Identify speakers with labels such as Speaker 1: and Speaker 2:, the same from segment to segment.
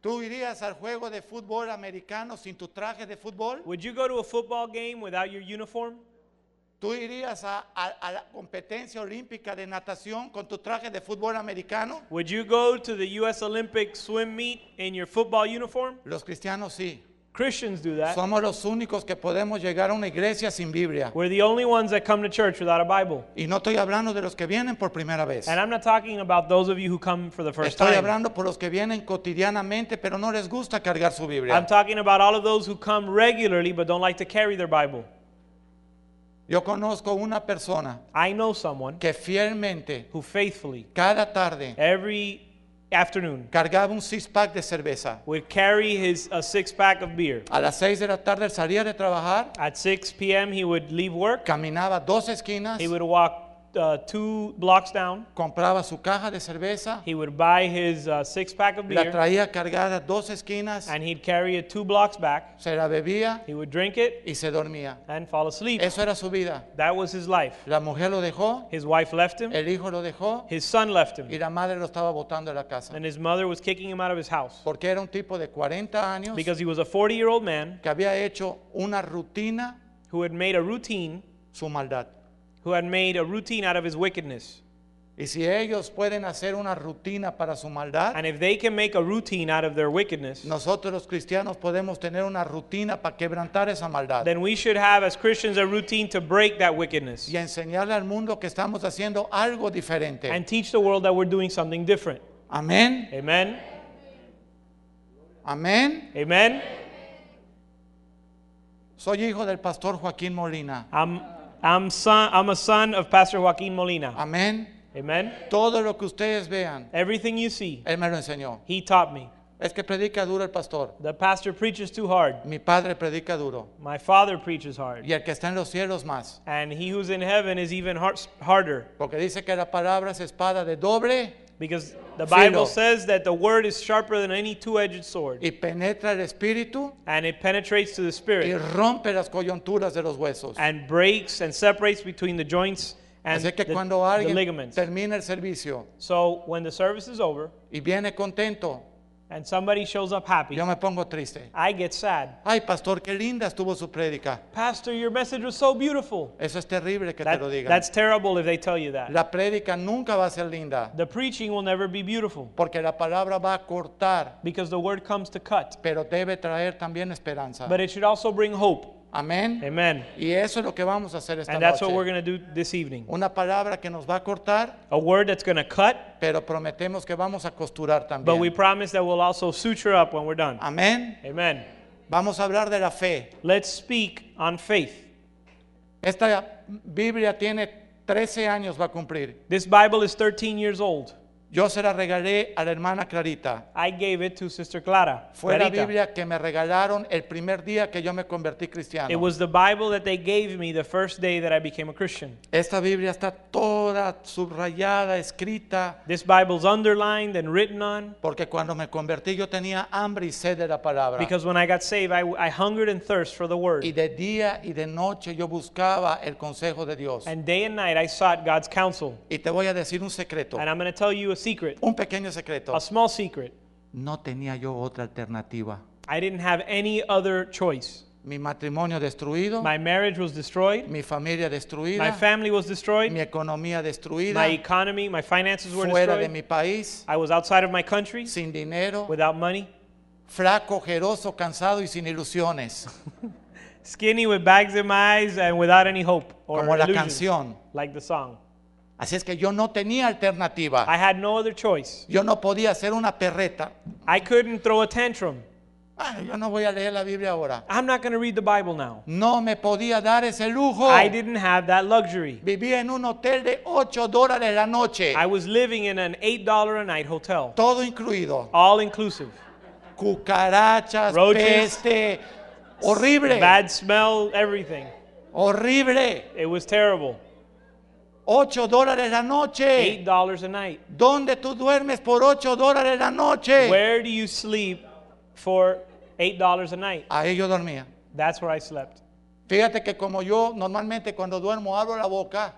Speaker 1: ¿Tú irías al juego de fútbol americano sin tu traje de fútbol?
Speaker 2: Would you go to a football game without your uniform?
Speaker 1: ¿Tú irías a, a- a la competencia olímpica de natación con tu traje de fútbol americano?
Speaker 2: Would you go to the U.S. Olympic swim meet in your football uniform?
Speaker 1: Los cristianos sí.
Speaker 2: Christians do that.
Speaker 1: Somos los únicos que podemos llegar a una iglesia sin Biblia.
Speaker 2: We're the only ones that come to church without a Bible.
Speaker 1: Y no estoy hablando de los que vienen por primera vez.
Speaker 2: And I'm not talking about those of you who come for the first
Speaker 1: Estoy
Speaker 2: time.
Speaker 1: hablando por los que vienen cotidianamente, pero no les gusta cargar su Biblia.
Speaker 2: I'm talking about all of those who come regularly but don't like to carry their Bible.
Speaker 1: Yo conozco una persona
Speaker 2: I know someone
Speaker 1: que fielmente,
Speaker 2: who faithfully,
Speaker 1: cada tarde,
Speaker 2: every afternoon,
Speaker 1: cargaba un six-pack de cerveza.
Speaker 2: would carry his a six pack of beer.
Speaker 1: A las 6 de la tarde salía de trabajar,
Speaker 2: At 6 p.m., he would leave work.
Speaker 1: caminaba dos esquinas,
Speaker 2: He would walk uh, two blocks down.
Speaker 1: compraba su caja de cerveza,
Speaker 2: He would buy his uh, six pack of
Speaker 1: la
Speaker 2: beer
Speaker 1: traía cargada dos esquinas,
Speaker 2: and he'd carry it two blocks back.
Speaker 1: se la bebía
Speaker 2: He would drink it
Speaker 1: y se dormía.
Speaker 2: and fall asleep.
Speaker 1: Eso era su vida.
Speaker 2: That was his life.
Speaker 1: La mujer lo dejó,
Speaker 2: His wife left him,
Speaker 1: el hijo lo dejó
Speaker 2: his son left
Speaker 1: y
Speaker 2: him,
Speaker 1: la madre lo estaba botando de la casa.
Speaker 2: and his mother was kicking him out of his house
Speaker 1: Porque era un tipo de 40 años
Speaker 2: because he was a 40 year old man
Speaker 1: que había hecho una rutina
Speaker 2: who had made a routine,
Speaker 1: su maldad.
Speaker 2: who had made a routine out of his wickedness.
Speaker 1: Y si ellos pueden hacer una rutina para su maldad,
Speaker 2: And if they can make a routine out of their wickedness,
Speaker 1: nosotros los cristianos podemos tener una rutina para quebrantar esa maldad
Speaker 2: then we should have, as Christians, a routine to break that wickedness
Speaker 1: y enseñarle al mundo que estamos haciendo algo diferente.
Speaker 2: and teach the world that we're doing something different.
Speaker 1: Amén,
Speaker 2: Amen?
Speaker 1: amén.
Speaker 2: Amen?
Speaker 1: Soy hijo del pastor Joaquín Molina.
Speaker 2: I'm, I'm, son, I'm a son of Pastor Joaquin Molina.
Speaker 1: Amén.
Speaker 2: Amen?
Speaker 1: Todo lo que ustedes vean,
Speaker 2: Everything you see,
Speaker 1: él me lo enseñó.
Speaker 2: he taught me.
Speaker 1: Es que predica duro el pastor.
Speaker 2: The pastor preaches too hard.
Speaker 1: Mi padre predica duro.
Speaker 2: My father preaches hard.
Speaker 1: Y el que está en los cielos más.
Speaker 2: And he who's in heaven is even har- harder
Speaker 1: Porque dice que la palabra es espada de doble
Speaker 2: because the Bible
Speaker 1: Filo.
Speaker 2: says that the word is sharper than any two edged sword
Speaker 1: y penetra el espíritu
Speaker 2: and it penetrates to the
Speaker 1: y
Speaker 2: spirit
Speaker 1: rompe las coyunturas de los huesos.
Speaker 2: and breaks and separates between the joints and
Speaker 1: Así que
Speaker 2: the-
Speaker 1: cuando
Speaker 2: the
Speaker 1: alguien
Speaker 2: ligaments.
Speaker 1: termina el servicio
Speaker 2: So when the service is over
Speaker 1: y viene contento,
Speaker 2: and somebody shows up happy,
Speaker 1: yo me pongo triste.
Speaker 2: I get sad.
Speaker 1: Ay, pastor, qué linda estuvo su prédica.
Speaker 2: Pastor, your message was so beautiful.
Speaker 1: Eso es terrible que
Speaker 2: That-
Speaker 1: te lo digan.
Speaker 2: that's terrible if they tell you that.
Speaker 1: La prédica nunca va a ser linda
Speaker 2: The preaching will never be beautiful
Speaker 1: porque la palabra va a cortar,
Speaker 2: because the word comes to cut,
Speaker 1: pero debe traer también esperanza.
Speaker 2: but it should also bring hope.
Speaker 1: Amén.
Speaker 2: Amen.
Speaker 1: Y eso es lo que vamos a hacer esta
Speaker 2: And that's what we're
Speaker 1: noche.
Speaker 2: going to do this evening.
Speaker 1: Una palabra que nos va a cortar,
Speaker 2: A word that's going to cut,
Speaker 1: pero prometemos que vamos a costurar
Speaker 2: but we
Speaker 1: también.
Speaker 2: promise that we'll also suture up when we're
Speaker 1: Ah.
Speaker 2: done.
Speaker 1: Amén.
Speaker 2: Amen.
Speaker 1: Vamos a hablar de la fe.
Speaker 2: Let's speak on faith.
Speaker 1: Esta Biblia tiene 13 años, va a cumplir.
Speaker 2: This Bible is 13 years old.
Speaker 1: Yo se la regalé a la hermana Clarita.
Speaker 2: I gave it to Sister Clara.
Speaker 1: Fue la
Speaker 2: Clarita.
Speaker 1: Biblia que me regalaron el primer día que yo me convertí
Speaker 2: It
Speaker 1: cristiano.
Speaker 2: was the Bible that they gave me the first day that I became a Christian.
Speaker 1: Esta Biblia está toda subrayada, escrita,
Speaker 2: This Bible's underlined and written on
Speaker 1: porque cuando me convertí yo tenía hambre y sed de la palabra.
Speaker 2: because when I got saved, I, I hungered and thirst for the
Speaker 1: Y
Speaker 2: Word.
Speaker 1: de día y de noche yo buscaba el consejo de Dios.
Speaker 2: And day and night, I sought God's counsel.
Speaker 1: Y te voy a decir un secreto,
Speaker 2: And I'm going to tell you a secret,
Speaker 1: un pequeño secreto.
Speaker 2: a small secret.
Speaker 1: No tenía yo otra alternativa.
Speaker 2: I didn't have any other choice.
Speaker 1: Mi matrimonio destruido,
Speaker 2: My marriage was destroyed.
Speaker 1: mi familia
Speaker 2: My
Speaker 1: destruida,
Speaker 2: family was
Speaker 1: mi
Speaker 2: destroyed.
Speaker 1: economía destruida,
Speaker 2: My economy, my finances were
Speaker 1: fuera de
Speaker 2: destroyed.
Speaker 1: mi país,
Speaker 2: I was outside of my country
Speaker 1: sin dinero,
Speaker 2: without money,
Speaker 1: flaco, ojeroso, cansado y sin ilusiones,
Speaker 2: skinny with bags in my eyes and without any hope or
Speaker 1: como la
Speaker 2: illusions,
Speaker 1: canción.
Speaker 2: like the song.
Speaker 1: Así es que yo no tenía alternativa.
Speaker 2: I had no other choice.
Speaker 1: Yo no podía hacer una perreta.
Speaker 2: I couldn't throw a tantrum.
Speaker 1: Ah, yo no voy a leer la Biblia ahora.
Speaker 2: I'm not going to read the Bible now.
Speaker 1: No me podía dar ese lujo.
Speaker 2: I didn't have that luxury.
Speaker 1: Vivía en un hotel de 8 dólares la noche,
Speaker 2: I was living in an $8 a night hotel,
Speaker 1: todo incluido.
Speaker 2: all inclusive.
Speaker 1: Cucarachas,
Speaker 2: Roaches.
Speaker 1: peste, horrible,
Speaker 2: Bad smell, everything.
Speaker 1: horrible.
Speaker 2: It was terrible.
Speaker 1: 8 dólares la noche.
Speaker 2: $8 a night.
Speaker 1: ¿Dónde tú duermes por 8 dólares la noche?
Speaker 2: Where do you sleep for $8 a night?
Speaker 1: Ahí yo dormía.
Speaker 2: That's where I slept.
Speaker 1: Fíjate que como yo normalmente cuando duermo abro la boca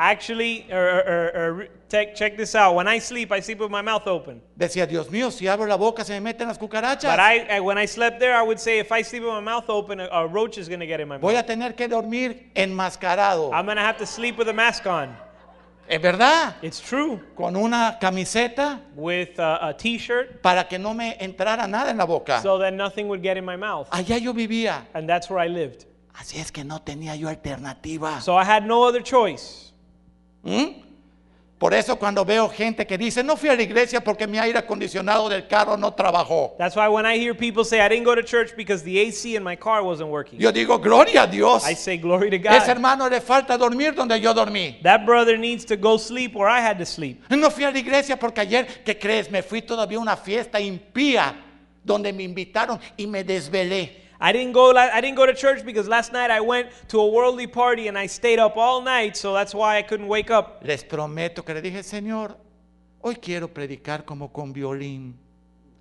Speaker 2: Actually, er, or, or- or- or- check, check this out. When I sleep, I sleep with my mouth open.
Speaker 1: Decía, Dios mío, si abro la boca se me meten las cucarachas.
Speaker 2: But I, I- when I slept there, I would say if I sleep with my mouth open, a, a roach is going to get in my
Speaker 1: Voy a
Speaker 2: mouth.
Speaker 1: tener que dormir enmascarado.
Speaker 2: I'm going to have to sleep with a mask on.
Speaker 1: Es verdad.
Speaker 2: It's true.
Speaker 1: Con una camiseta
Speaker 2: With uh, a t-shirt,
Speaker 1: para que no me entrara nada en la boca.
Speaker 2: so that nothing would get in my mouth.
Speaker 1: Allá yo vivía.
Speaker 2: And that's where I lived.
Speaker 1: Así es que no tenía yo alternativa.
Speaker 2: So I had no other choice.
Speaker 1: ¿Mm? Por eso cuando veo gente que dice, no fui a la iglesia porque mi aire acondicionado del carro no trabajó.
Speaker 2: That's why when I hear people say, I didn't go to church because the AC in my car wasn't working,
Speaker 1: Yo digo, gloria a Dios.
Speaker 2: I say, Glory to
Speaker 1: Ese
Speaker 2: God.
Speaker 1: hermano le falta dormir donde yo dormí.
Speaker 2: That brother needs to go sleep where I had to sleep.
Speaker 1: No fui a la iglesia porque ayer, ¿qué crees? Me fui todavía a una fiesta impía donde me invitaron y me desvelé.
Speaker 2: I didn't go. la- I didn't go to church because last night I went to a worldly party and I stayed up all night, so that's why I couldn't wake up.
Speaker 1: Les prometo que le dije, Señor, hoy quiero predicar como con violín.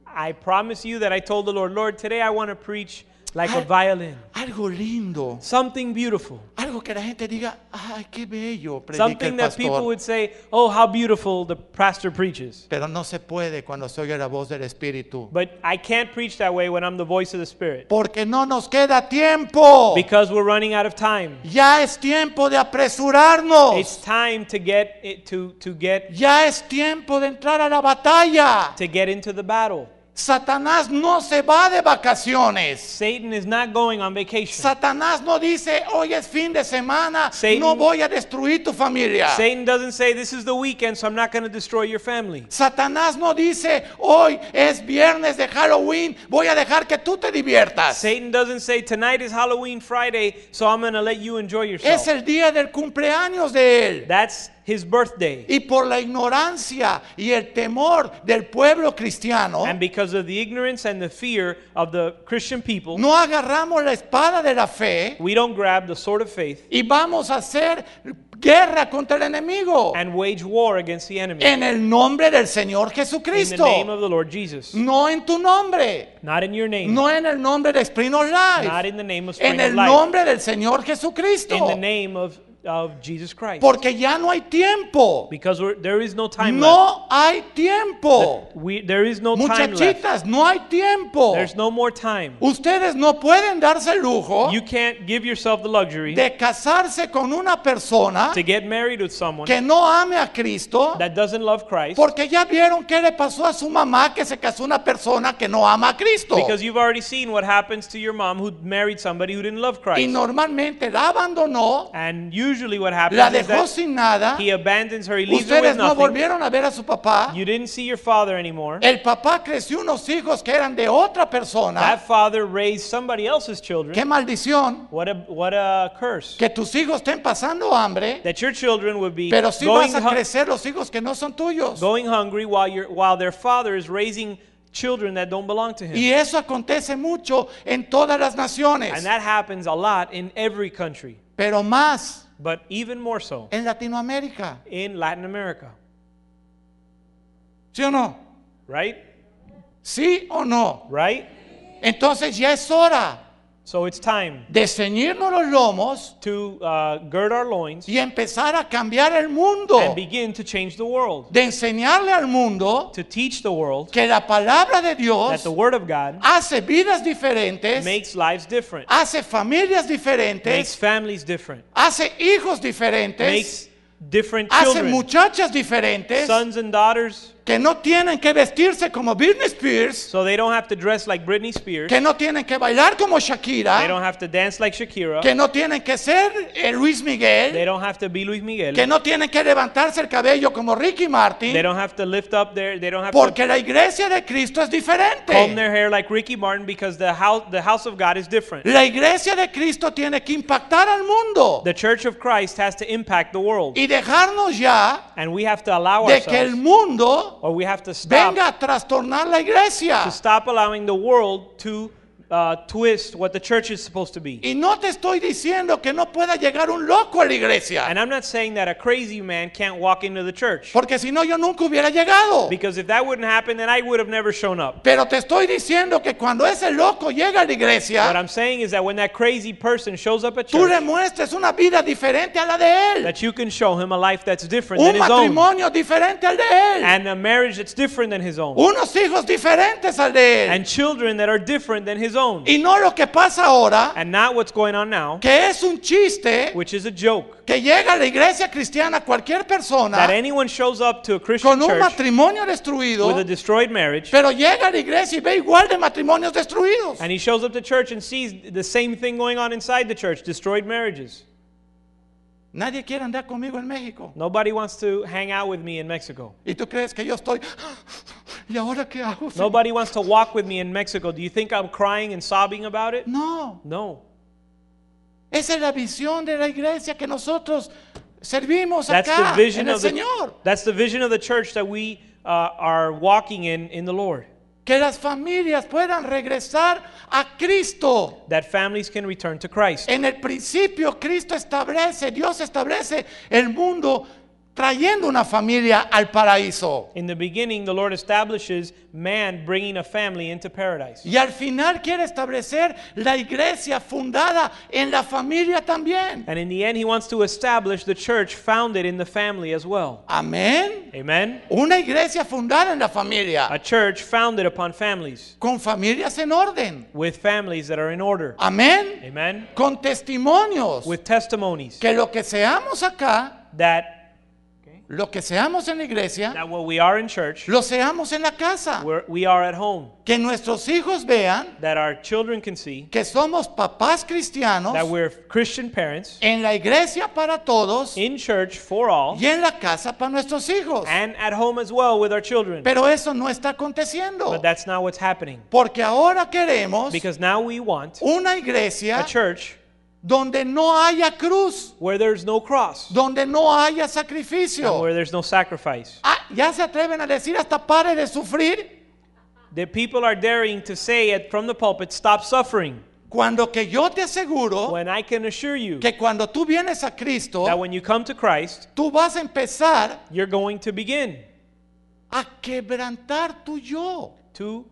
Speaker 2: I promise you that I told the Lord, Lord, today I want to preach like
Speaker 1: I-
Speaker 2: a violin,
Speaker 1: Algo lindo.
Speaker 2: something beautiful,
Speaker 1: Algo que la gente diga, ay, qué bello predica el
Speaker 2: something that people
Speaker 1: pastor.
Speaker 2: would say, Oh, how beautiful the pastor preaches.
Speaker 1: Pero no se puede cuando se oye la voz del Espíritu.
Speaker 2: But I can't preach that way when I'm the voice of the Spirit
Speaker 1: Porque no nos queda tiempo.
Speaker 2: because we're running out of time.
Speaker 1: Ya es tiempo de apresurarnos.
Speaker 2: It's time to get it, to to get
Speaker 1: Ya es tiempo de entrar a la batalla.
Speaker 2: to get into the battle.
Speaker 1: Satanás no se va de vacaciones.
Speaker 2: Satan is not going on vacation.
Speaker 1: Satanás no dice, hoy es fin de semana,
Speaker 2: Satan-
Speaker 1: no voy a destruir tu familia.
Speaker 2: Satan doesn't say this is the weekend, so I'm not going to destroy your family.
Speaker 1: Satanás no dice, hoy es viernes de Halloween, voy a dejar que tú te diviertas.
Speaker 2: Satan doesn't say tonight is Halloween Friday, so I'm going to let you enjoy yourself.
Speaker 1: Es el día del cumpleaños de él.
Speaker 2: That's his birthday.
Speaker 1: Y por la ignorancia y el temor del pueblo cristiano,
Speaker 2: And because of the ignorance and the fear of the Christian people,
Speaker 1: no agarramos la espada de la fe
Speaker 2: we don't grab the sword of faith
Speaker 1: y vamos a hacer guerra contra el enemigo
Speaker 2: and wage war against the enemy
Speaker 1: en el nombre del Señor
Speaker 2: in the
Speaker 1: Jesucristo.
Speaker 2: name of the Lord Jesus.
Speaker 1: No en tu nombre,
Speaker 2: Not in your name,
Speaker 1: no en el nombre de Spring of
Speaker 2: not
Speaker 1: Life,
Speaker 2: in the name of
Speaker 1: en
Speaker 2: Spring of
Speaker 1: el
Speaker 2: Life,
Speaker 1: nombre del Señor Jesucristo.
Speaker 2: in the name of, of Jesus Christ.
Speaker 1: Porque ya no hay tiempo.
Speaker 2: Because we're, there is no time left.
Speaker 1: No hay tiempo.
Speaker 2: We, there is no time left.
Speaker 1: Muchachitas, no hay tiempo.
Speaker 2: There's no more time.
Speaker 1: Ustedes no pueden darse el lujo
Speaker 2: You can't give yourself the luxury
Speaker 1: de casarse con una persona
Speaker 2: to get married with someone
Speaker 1: que no ame a Cristo
Speaker 2: that doesn't love Christ
Speaker 1: porque ya vieron qué le pasó a su mamá que se casó una persona que no ama a Cristo.
Speaker 2: because you've already seen what happens to your mom who married somebody who didn't love
Speaker 1: Y
Speaker 2: Christ.
Speaker 1: normalmente la abandonó,
Speaker 2: And usually what
Speaker 1: la
Speaker 2: happens is
Speaker 1: dejó
Speaker 2: that
Speaker 1: sin nada.
Speaker 2: he abandons her, he leaves her
Speaker 1: Ustedes
Speaker 2: with
Speaker 1: no
Speaker 2: nothing.
Speaker 1: volvieron a ver a su papá.
Speaker 2: You didn't see your father anymore.
Speaker 1: El papá creció unos hijos que eran de otra persona.
Speaker 2: That father raised somebody else's
Speaker 1: Qué
Speaker 2: children.
Speaker 1: maldición
Speaker 2: What a what a curse.
Speaker 1: que tus hijos estén pasando hambre,
Speaker 2: That your children would be
Speaker 1: pero si
Speaker 2: going,
Speaker 1: vas a
Speaker 2: hu-
Speaker 1: crecer los hijos que no son tuyos.
Speaker 2: going hungry while your while their father is raising children that don't belong to him.
Speaker 1: Y eso acontece mucho en todas las naciones,
Speaker 2: And that happens a lot in every country,
Speaker 1: pero más
Speaker 2: but even more so
Speaker 1: en Latinoamérica.
Speaker 2: in Latin America,
Speaker 1: ¿Sí o no?
Speaker 2: right?
Speaker 1: ¿Sí o no?
Speaker 2: Right?
Speaker 1: Entonces ya es hora
Speaker 2: So it's time
Speaker 1: de ceñirnos los lomos
Speaker 2: to uh, gird our loins
Speaker 1: y empezar a cambiar el mundo,
Speaker 2: and begin to change the world,
Speaker 1: de enseñarle al mundo
Speaker 2: to teach the world
Speaker 1: que la palabra de
Speaker 2: that
Speaker 1: Dios
Speaker 2: the Word of God
Speaker 1: hace vidas diferentes,
Speaker 2: makes lives different,
Speaker 1: hace familias
Speaker 2: makes
Speaker 1: diferentes,
Speaker 2: families different,
Speaker 1: hace hijos diferentes,
Speaker 2: makes different
Speaker 1: hace
Speaker 2: children,
Speaker 1: muchachas diferentes
Speaker 2: sons and daughters,
Speaker 1: que no tienen que vestirse como Britney Spears,
Speaker 2: so they don't have to dress like Britney Spears,
Speaker 1: que no tienen que bailar como
Speaker 2: they don't
Speaker 1: Shakira,
Speaker 2: have to dance like Shakira,
Speaker 1: que no tienen que ser eh, Luis
Speaker 2: they
Speaker 1: Miguel,
Speaker 2: don't have to be Luis Miguel,
Speaker 1: que no tienen que levantarse el cabello como Ricky
Speaker 2: they
Speaker 1: Martin,
Speaker 2: don't have to lift up their, they don't have to
Speaker 1: porque la iglesia de Cristo es
Speaker 2: comb
Speaker 1: diferente.
Speaker 2: their hair like Ricky Martin because the house, the house of God is different.
Speaker 1: La iglesia de Cristo tiene que impactar al mundo
Speaker 2: The Church of Christ has to impact the world,
Speaker 1: y dejarnos ya
Speaker 2: and we have to allow
Speaker 1: de que el
Speaker 2: ourselves,
Speaker 1: mundo
Speaker 2: or we have to stop
Speaker 1: venga a trastornar la iglesia.
Speaker 2: to stop allowing the world to uh, twist what the church is supposed to be.
Speaker 1: Y no te estoy diciendo que no pueda llegar un loco a la iglesia.
Speaker 2: And I'm not saying that a crazy man can't walk into the church.
Speaker 1: Porque si no, yo nunca hubiera llegado.
Speaker 2: Because if that wouldn't happen, then I would have never shown up.
Speaker 1: Pero te estoy diciendo que cuando ese loco llega a la
Speaker 2: What
Speaker 1: iglesia,
Speaker 2: I'm saying is that when that crazy person shows up at
Speaker 1: tú
Speaker 2: church,
Speaker 1: le muestres una vida diferente a la de él.
Speaker 2: that you can show him a life that's different than
Speaker 1: Un
Speaker 2: his own,
Speaker 1: matrimonio diferente al de él.
Speaker 2: and a marriage that's different than his own,
Speaker 1: Unos hijos diferentes al de él.
Speaker 2: and children that are different than his own,
Speaker 1: Y no lo que pasa ahora,
Speaker 2: and not what's going on now,
Speaker 1: que es un chiste
Speaker 2: which is a joke.
Speaker 1: que llega a la iglesia cristiana cualquier persona
Speaker 2: That anyone shows up to a Christian
Speaker 1: con un
Speaker 2: church
Speaker 1: matrimonio destruido,
Speaker 2: with a destroyed marriage,
Speaker 1: pero llega a la iglesia y ve igual de matrimonios destruidos.
Speaker 2: and he shows up to church and sees the same thing going on inside the church destroyed marriages.
Speaker 1: Nadie quiere andar conmigo en México.
Speaker 2: Nobody wants to hang out with me in Mexico.
Speaker 1: Y tú crees que yo estoy. ¿Y ahora qué hago? Señor?"
Speaker 2: Nobody wants to walk with me in Mexico. Do you think I'm crying and sobbing about it?
Speaker 1: No,
Speaker 2: No.
Speaker 1: esa es la visión de la iglesia que nosotros servimos
Speaker 2: That's
Speaker 1: acá
Speaker 2: the vision
Speaker 1: en el
Speaker 2: of the,
Speaker 1: Señor.
Speaker 2: that's the vision of the church that we uh, are walking in in the Lord.
Speaker 1: Que las familias puedan regresar a Cristo.
Speaker 2: That families can return to Christ.
Speaker 1: En el principio Cristo establece, Dios establece el mundo trayendo una familia al paraíso.
Speaker 2: In the beginning, the Lord establishes man bringing a family into paradise.
Speaker 1: Y al final quiere establecer la iglesia fundada en la familia también.
Speaker 2: And in the end, he wants to establish the church founded in the family as well.
Speaker 1: Amén.
Speaker 2: Amen?
Speaker 1: Una iglesia fundada en la
Speaker 2: A
Speaker 1: familia,
Speaker 2: church founded upon families,
Speaker 1: con familias en orden.
Speaker 2: with families that are in order.
Speaker 1: Amén.
Speaker 2: Amen?
Speaker 1: Con testimonios.
Speaker 2: With testimonies
Speaker 1: Que lo que seamos acá,
Speaker 2: that,
Speaker 1: lo que seamos en la iglesia,
Speaker 2: that what we are in church,
Speaker 1: lo seamos en la casa.
Speaker 2: we're, we are at home.
Speaker 1: Que nuestros hijos vean
Speaker 2: That our children can see
Speaker 1: que somos papás cristianos
Speaker 2: that we're Christian parents
Speaker 1: en la iglesia para todos
Speaker 2: in church for all
Speaker 1: y en la casa para nuestros hijos.
Speaker 2: and at home as well with our children.
Speaker 1: Pero eso no está aconteciendo.
Speaker 2: But that's not what's happening.
Speaker 1: Porque ahora queremos
Speaker 2: Because now we want
Speaker 1: una
Speaker 2: a
Speaker 1: iglesia
Speaker 2: church
Speaker 1: donde no haya cruz,
Speaker 2: where there's no cross,
Speaker 1: donde no haya
Speaker 2: and where
Speaker 1: sacrificio.
Speaker 2: there's no sacrifice.
Speaker 1: Ah, ya se atreven a decir hasta pare de sufrir
Speaker 2: The people are daring to say it from the pulpit, stop suffering.
Speaker 1: cuando que yo te aseguro
Speaker 2: When I can assure you
Speaker 1: que cuando tú vienes a Cristo,
Speaker 2: that when you come to Christ,
Speaker 1: tú vas a empezar
Speaker 2: you're going to begin
Speaker 1: a quebrantar tu yo.
Speaker 2: to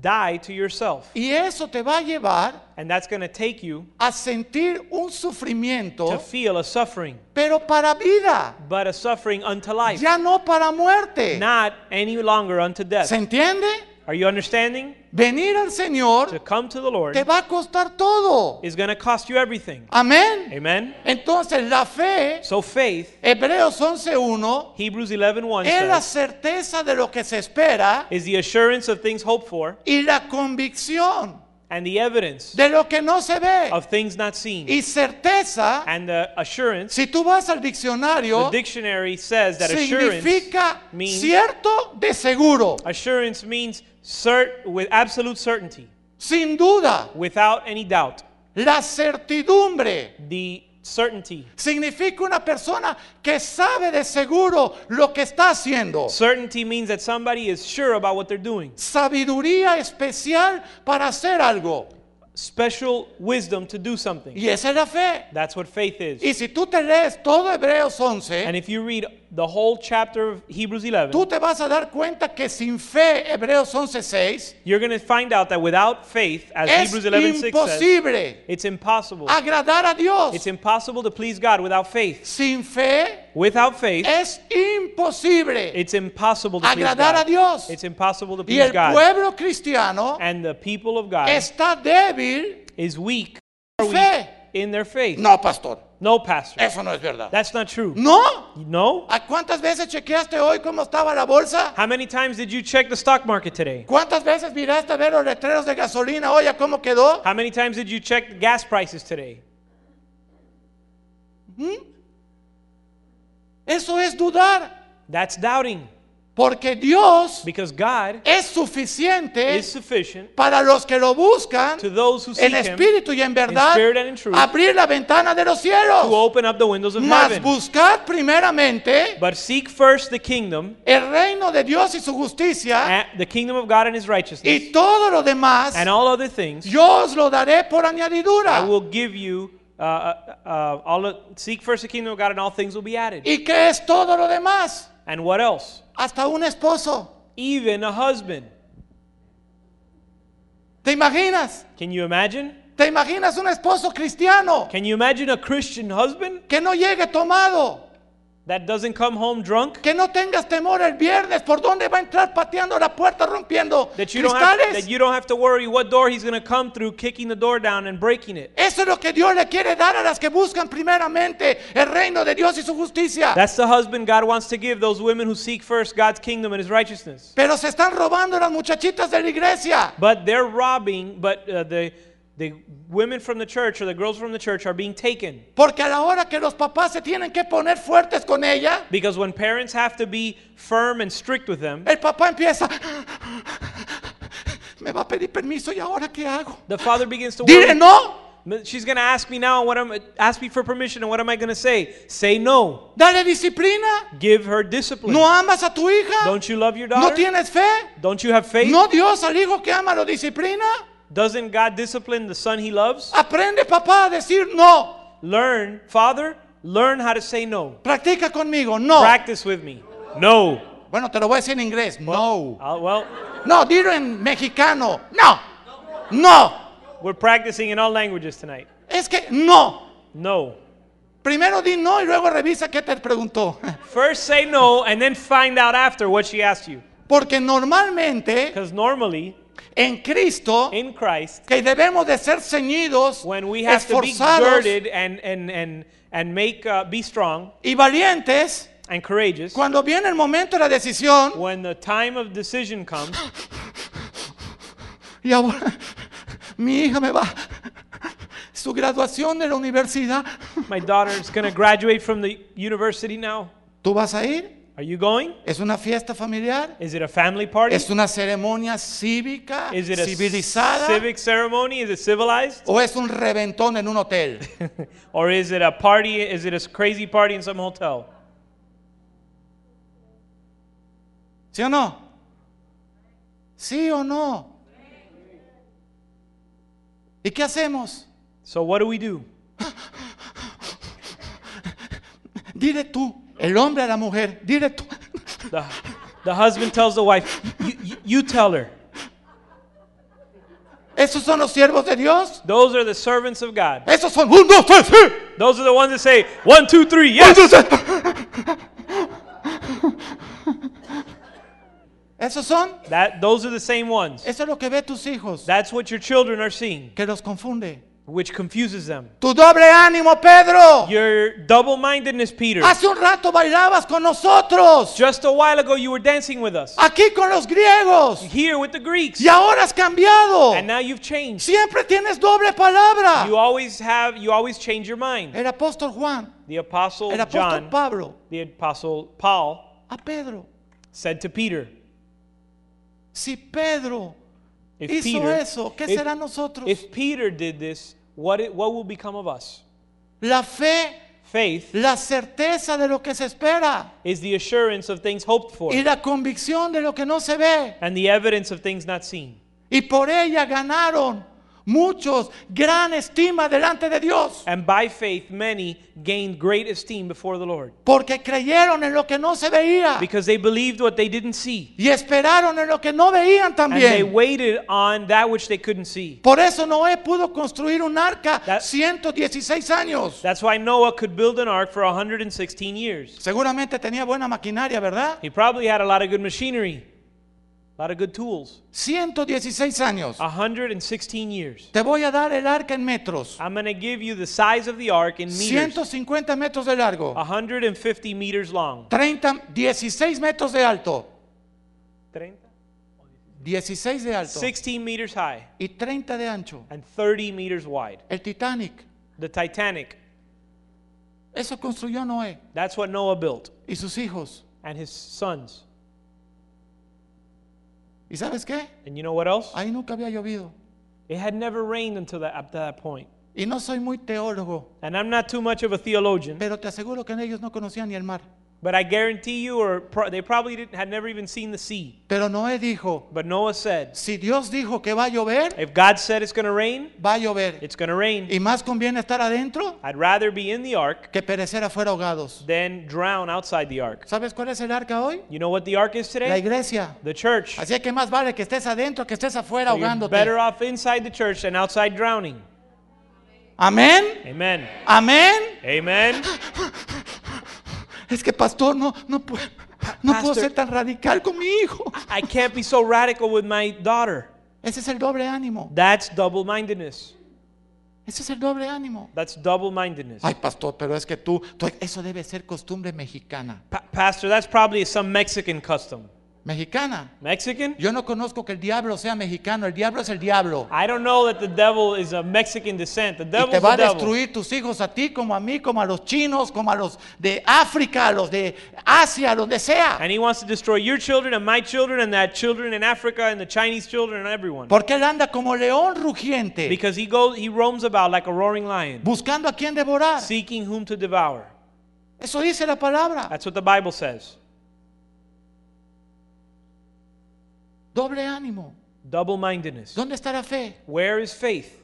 Speaker 2: die to yourself.
Speaker 1: Y eso te va a llevar
Speaker 2: And that's going to take you
Speaker 1: a sentir un
Speaker 2: to
Speaker 1: sufrimiento,
Speaker 2: feel a suffering,
Speaker 1: pero para vida.
Speaker 2: but a suffering unto life,
Speaker 1: ya no para muerte.
Speaker 2: not any longer unto
Speaker 1: ¿Se
Speaker 2: death.
Speaker 1: entiende?
Speaker 2: Are you understanding?
Speaker 1: Venir al
Speaker 2: To
Speaker 1: Señor
Speaker 2: come to the Lord
Speaker 1: te va a costar todo.
Speaker 2: is going to cost you everything.
Speaker 1: Amén.
Speaker 2: Amen.
Speaker 1: Entonces la fe,
Speaker 2: So faith,
Speaker 1: Hebreos 11.1,
Speaker 2: Hebrews 11:1
Speaker 1: es la
Speaker 2: says,
Speaker 1: certeza de lo que se espera
Speaker 2: is the assurance of things hoped for
Speaker 1: y la convicción
Speaker 2: and the evidence
Speaker 1: de lo que no se ve.
Speaker 2: of things not seen.
Speaker 1: Y certeza,
Speaker 2: And the assurance,
Speaker 1: si tú vas al
Speaker 2: the
Speaker 1: diccionario,
Speaker 2: dictionary says that assurance
Speaker 1: significa
Speaker 2: means-
Speaker 1: cierto de seguro,
Speaker 2: assurance means cert with absolute certainty,
Speaker 1: sin duda,
Speaker 2: without any doubt.
Speaker 1: la certidumbre.
Speaker 2: The certainty.
Speaker 1: Significa una persona que sabe de seguro lo que está haciendo.
Speaker 2: Certainty means that somebody is sure about what they're doing.
Speaker 1: Sabiduría especial para hacer algo.
Speaker 2: Special wisdom to do something.
Speaker 1: Y esa es la fe.
Speaker 2: That's what faith is.
Speaker 1: Y si tú te lees todo Hebreos
Speaker 2: And
Speaker 1: 11,
Speaker 2: if you read the whole chapter of Hebrews 11,
Speaker 1: tú te vas a dar cuenta que sin fe, Hebreos 11.6,
Speaker 2: You're going to find out that without faith, as
Speaker 1: es
Speaker 2: Hebrews 11:6 says,
Speaker 1: imposible Ah,
Speaker 2: it's impossible.
Speaker 1: agradar a
Speaker 2: It's
Speaker 1: Dios.
Speaker 2: impossible to please God without faith.
Speaker 1: Sin fe,
Speaker 2: Without faith,
Speaker 1: es imposible
Speaker 2: it's impossible to please
Speaker 1: agradar a
Speaker 2: God.
Speaker 1: Dios.
Speaker 2: It's impossible to
Speaker 1: Y
Speaker 2: please
Speaker 1: el
Speaker 2: God.
Speaker 1: pueblo cristiano
Speaker 2: And the people of God
Speaker 1: está débil.
Speaker 2: is weak
Speaker 1: en Fe.
Speaker 2: in their faith.
Speaker 1: No, pastor.
Speaker 2: No, pastor.
Speaker 1: Eso no es verdad.
Speaker 2: That's not true.
Speaker 1: No.
Speaker 2: No?
Speaker 1: ¿A cuántas veces chequeaste hoy cómo estaba la bolsa?
Speaker 2: How many times did you check the stock market today?
Speaker 1: ¿Cuántas veces miraste a ver los letreros de gasolina hoy a cómo quedó?
Speaker 2: How many times did you check the gas prices today?
Speaker 1: Eso es dudar.
Speaker 2: That's doubting.
Speaker 1: Porque Dios
Speaker 2: Because God
Speaker 1: es suficiente
Speaker 2: is sufficient
Speaker 1: para los que lo buscan
Speaker 2: to those who
Speaker 1: en
Speaker 2: seek Him
Speaker 1: espíritu y en
Speaker 2: in
Speaker 1: verdad,
Speaker 2: spirit and in truth,
Speaker 1: abrir la ventana de los
Speaker 2: to
Speaker 1: cielos.
Speaker 2: open up the windows of
Speaker 1: Mas
Speaker 2: heaven.
Speaker 1: buscad primeramente
Speaker 2: But seek first the kingdom,
Speaker 1: el reino de Dios y su justicia
Speaker 2: and- the kingdom of God and His righteousness,
Speaker 1: y todo lo demás
Speaker 2: and all other things.
Speaker 1: yo os lo daré por
Speaker 2: I
Speaker 1: añadidura.
Speaker 2: will give you. Uh, uh, uh, all of- seek first the kingdom of God, and all things will be added.
Speaker 1: ¿Y qué es todo lo demás?
Speaker 2: And what else?
Speaker 1: Hasta un esposo.
Speaker 2: Even a husband.
Speaker 1: ¿Te imaginas?
Speaker 2: Can you imagine?
Speaker 1: ¿Te imaginas un esposo cristiano
Speaker 2: Can you imagine a Christian husband
Speaker 1: que no llegue tomado?
Speaker 2: that doesn't come home drunk?
Speaker 1: Que no tengas temor el viernes por dónde va a entrar pateando la puerta, rompiendo
Speaker 2: That you, don't have, that
Speaker 1: cristales.
Speaker 2: you don't have to worry what door he's going to come through, kicking the door down and breaking it.
Speaker 1: Eso es lo que Dios le quiere dar a las que buscan primeramente el reino de Dios y su justicia.
Speaker 2: That's the husband God wants to give those women who seek first God's kingdom and his righteousness.
Speaker 1: Pero se están robando las muchachitas de la iglesia.
Speaker 2: But they're robbing, but uh, the, the women from the church or the girls from the church are being taken.
Speaker 1: Porque a la hora que los papás se tienen que poner fuertes con ella,
Speaker 2: Because when parents have to be firm and strict with them,
Speaker 1: el papá empieza, me va a pedir permiso y ahora qué hago.
Speaker 2: the father begins to
Speaker 1: Dile
Speaker 2: worry.
Speaker 1: no,
Speaker 2: She's going to ask me now, what am, ask me for permission, and what am I going to say? Say no.
Speaker 1: dale disciplina,
Speaker 2: Give her discipline.
Speaker 1: no amas a tu hija,
Speaker 2: Don't you love your
Speaker 1: no
Speaker 2: daughter?
Speaker 1: tienes fe,
Speaker 2: Don't you have faith?
Speaker 1: no Dios al hijo que ama lo disciplina.
Speaker 2: Doesn't God discipline the son he loves?
Speaker 1: Aprende papá a decir no,
Speaker 2: Learn, Father, learn how to say no.
Speaker 1: practica conmigo, no.
Speaker 2: Practice with me. No.
Speaker 1: Bueno, te lo voy a decir en inglés, no.
Speaker 2: Uh, well,
Speaker 1: No, dilo en mexicano, no, no,
Speaker 2: we're practicing in all languages tonight.
Speaker 1: es que no.
Speaker 2: No.
Speaker 1: Primero di no y luego revisa qué te preguntó.
Speaker 2: First say no and then find out after what she asked you.
Speaker 1: Porque normalmente
Speaker 2: Because normally
Speaker 1: en Cristo,
Speaker 2: in Christ,
Speaker 1: que debemos de ser ceñidos,
Speaker 2: when we have to be
Speaker 1: esforzados
Speaker 2: girded and and and and make uh, be strong
Speaker 1: y valientes,
Speaker 2: and courageous,
Speaker 1: cuando viene el momento de la decisión,
Speaker 2: when the time of decision comes,
Speaker 1: y ahora mi hija me va, su graduación de la universidad,
Speaker 2: my daughter's gonna graduate from the university now.
Speaker 1: ¿tú vas a ir?
Speaker 2: Are you going?
Speaker 1: ¿Es una fiesta familiar?
Speaker 2: Is it a family party?
Speaker 1: ¿Es una ceremonia cívica,
Speaker 2: Is it a
Speaker 1: civilizada?
Speaker 2: civic ceremony? Is it civilized?
Speaker 1: ¿O es un reventón en un hotel?
Speaker 2: or is it a party? Is it a crazy party in some hotel?
Speaker 1: ¿Sí o no? ¿Sí o no? ¿Y qué hacemos?
Speaker 2: So what do we do?
Speaker 1: Dile tú, el hombre a la mujer, dile tú.
Speaker 2: The, the husband tells the wife, you, you, you tell her.
Speaker 1: ¿Esos son los siervos de Dios?
Speaker 2: Those are the servants of God.
Speaker 1: Esos son un, dos, tres, sí.
Speaker 2: Those are the ones that say, one, two, three,
Speaker 1: Un,
Speaker 2: yes.
Speaker 1: dos, tres. ¿Esos son?
Speaker 2: That, those are the same ones.
Speaker 1: Eso es lo que ve tus hijos,
Speaker 2: That's what your children are seeing,
Speaker 1: que los confunde.
Speaker 2: which confuses them.
Speaker 1: Tu doble ánimo, Pedro.
Speaker 2: Your double mindedness, Peter.
Speaker 1: Hace un rato bailabas con nosotros,
Speaker 2: Just a while ago, you were dancing with us.
Speaker 1: aquí con los griegos,
Speaker 2: Here with the Greeks.
Speaker 1: y ahora has cambiado.
Speaker 2: And now you've changed.
Speaker 1: Siempre tienes doble palabra.
Speaker 2: You always have, you always change your mind.
Speaker 1: El apóstol Juan,
Speaker 2: The apostle
Speaker 1: Eh. el apóstol
Speaker 2: John,
Speaker 1: Pablo,
Speaker 2: the apostle Paul
Speaker 1: a Pedro.
Speaker 2: said to Peter,
Speaker 1: Si Pedro
Speaker 2: if
Speaker 1: hizo
Speaker 2: Peter,
Speaker 1: eso, ¿qué
Speaker 2: if-
Speaker 1: será nosotros?
Speaker 2: If Peter did this, what, it, what will become of us?
Speaker 1: la fe,
Speaker 2: Faith
Speaker 1: la certeza de lo que se espera
Speaker 2: is the assurance of things hoped for
Speaker 1: y la convicción de lo que no se ve.
Speaker 2: and the evidence of things not seen.
Speaker 1: Y por ella ganaron muchos gran estima delante de Dios.
Speaker 2: And by faith, many gained great esteem before the Lord
Speaker 1: Porque creyeron en lo que no se veía
Speaker 2: because they believed what they didn't see
Speaker 1: y esperaron en lo que no veían
Speaker 2: and they
Speaker 1: también.
Speaker 2: waited on that which they couldn't see.
Speaker 1: Por eso Noé pudo construir un arca
Speaker 2: That-
Speaker 1: 116 años.
Speaker 2: That's why Noah could build an ark for 116 years.
Speaker 1: Seguramente tenía buena maquinaria, ¿verdad?
Speaker 2: He probably had a lot of good machinery, a lot of good tools.
Speaker 1: 116 años.
Speaker 2: Ah. 116 years.
Speaker 1: Te voy a dar el arca en metros.
Speaker 2: I'm going to give you the size of the ark in meters.
Speaker 1: 150 metros de largo.
Speaker 2: Ah. 150 meters long.
Speaker 1: 30, 16 metros de alto. 16 de alto.
Speaker 2: 16 meters high
Speaker 1: Y 30 de ancho.
Speaker 2: and 30 meters wide.
Speaker 1: El Titanic.
Speaker 2: The Titanic.
Speaker 1: Eso construyó Noé
Speaker 2: That's what Noah built
Speaker 1: y sus hijos.
Speaker 2: and his sons.
Speaker 1: ¿Y sabes qué?
Speaker 2: And you know what else?
Speaker 1: Ahí nunca había llovido.
Speaker 2: It had never rained until that, up to that point.
Speaker 1: Y no soy muy teólogo,
Speaker 2: And I'm not too much of a theologian,
Speaker 1: pero te aseguro que ellos no conocían ni el mar.
Speaker 2: but I guarantee you, or pro- they probably didn't, had never even seen the sea.
Speaker 1: Pero Noé dijo,
Speaker 2: But Noah said,
Speaker 1: si Dios dijo que va a llover,
Speaker 2: if God said it's going to rain,
Speaker 1: va a llover.
Speaker 2: it's going to rain.
Speaker 1: Y más conviene estar adentro
Speaker 2: I'd rather be in the ark
Speaker 1: que perecer afuera ahogados.
Speaker 2: than drown outside the ark.
Speaker 1: ¿Sabes cuál es el arca hoy?
Speaker 2: You know what the ark is
Speaker 1: La
Speaker 2: today?
Speaker 1: iglesia.
Speaker 2: The church.
Speaker 1: Así es que más vale que estés adentro que estés afuera
Speaker 2: So you're better
Speaker 1: ahogándote.
Speaker 2: off inside the church than outside drowning.
Speaker 1: Amén.
Speaker 2: Amen.
Speaker 1: Amén.
Speaker 2: Amen.
Speaker 1: Es que pastor, no, no, puedo, no puedo
Speaker 2: Pastor.
Speaker 1: ser tan radical con mi hijo.
Speaker 2: I can't be so radical with my daughter.
Speaker 1: Ese es el doble ánimo.
Speaker 2: That's double mindedness.
Speaker 1: Ese es el doble ánimo.
Speaker 2: That's double mindedness.
Speaker 1: Ay, pastor, pero es que tú, tú- eso debe ser costumbre mexicana.
Speaker 2: Pa- Pastor, that's probably some Mexican custom.
Speaker 1: Mexicana.
Speaker 2: Mexican?
Speaker 1: Yo no conozco que el diablo sea mexicano. El diablo es el diablo.
Speaker 2: I don't know that the devil is of Mexican descent. The
Speaker 1: Y
Speaker 2: devil's
Speaker 1: te va
Speaker 2: the
Speaker 1: a
Speaker 2: devil.
Speaker 1: destruir tus hijos a ti, como a mí, como a los chinos, como a los de África, a los de Asia, a donde sea.
Speaker 2: And he wants to destroy your children and my children and that children in Africa and the Chinese children and everyone.
Speaker 1: Porque él anda como león rugiente,
Speaker 2: Because he goes he roams about like a roaring lion,
Speaker 1: buscando a quien devorar.
Speaker 2: seeking whom to devour.
Speaker 1: Eso dice la palabra.
Speaker 2: That's what the Bible says.
Speaker 1: Doble ánimo.
Speaker 2: Double mindedness.
Speaker 1: ¿Dónde está la fe?
Speaker 2: Where is faith?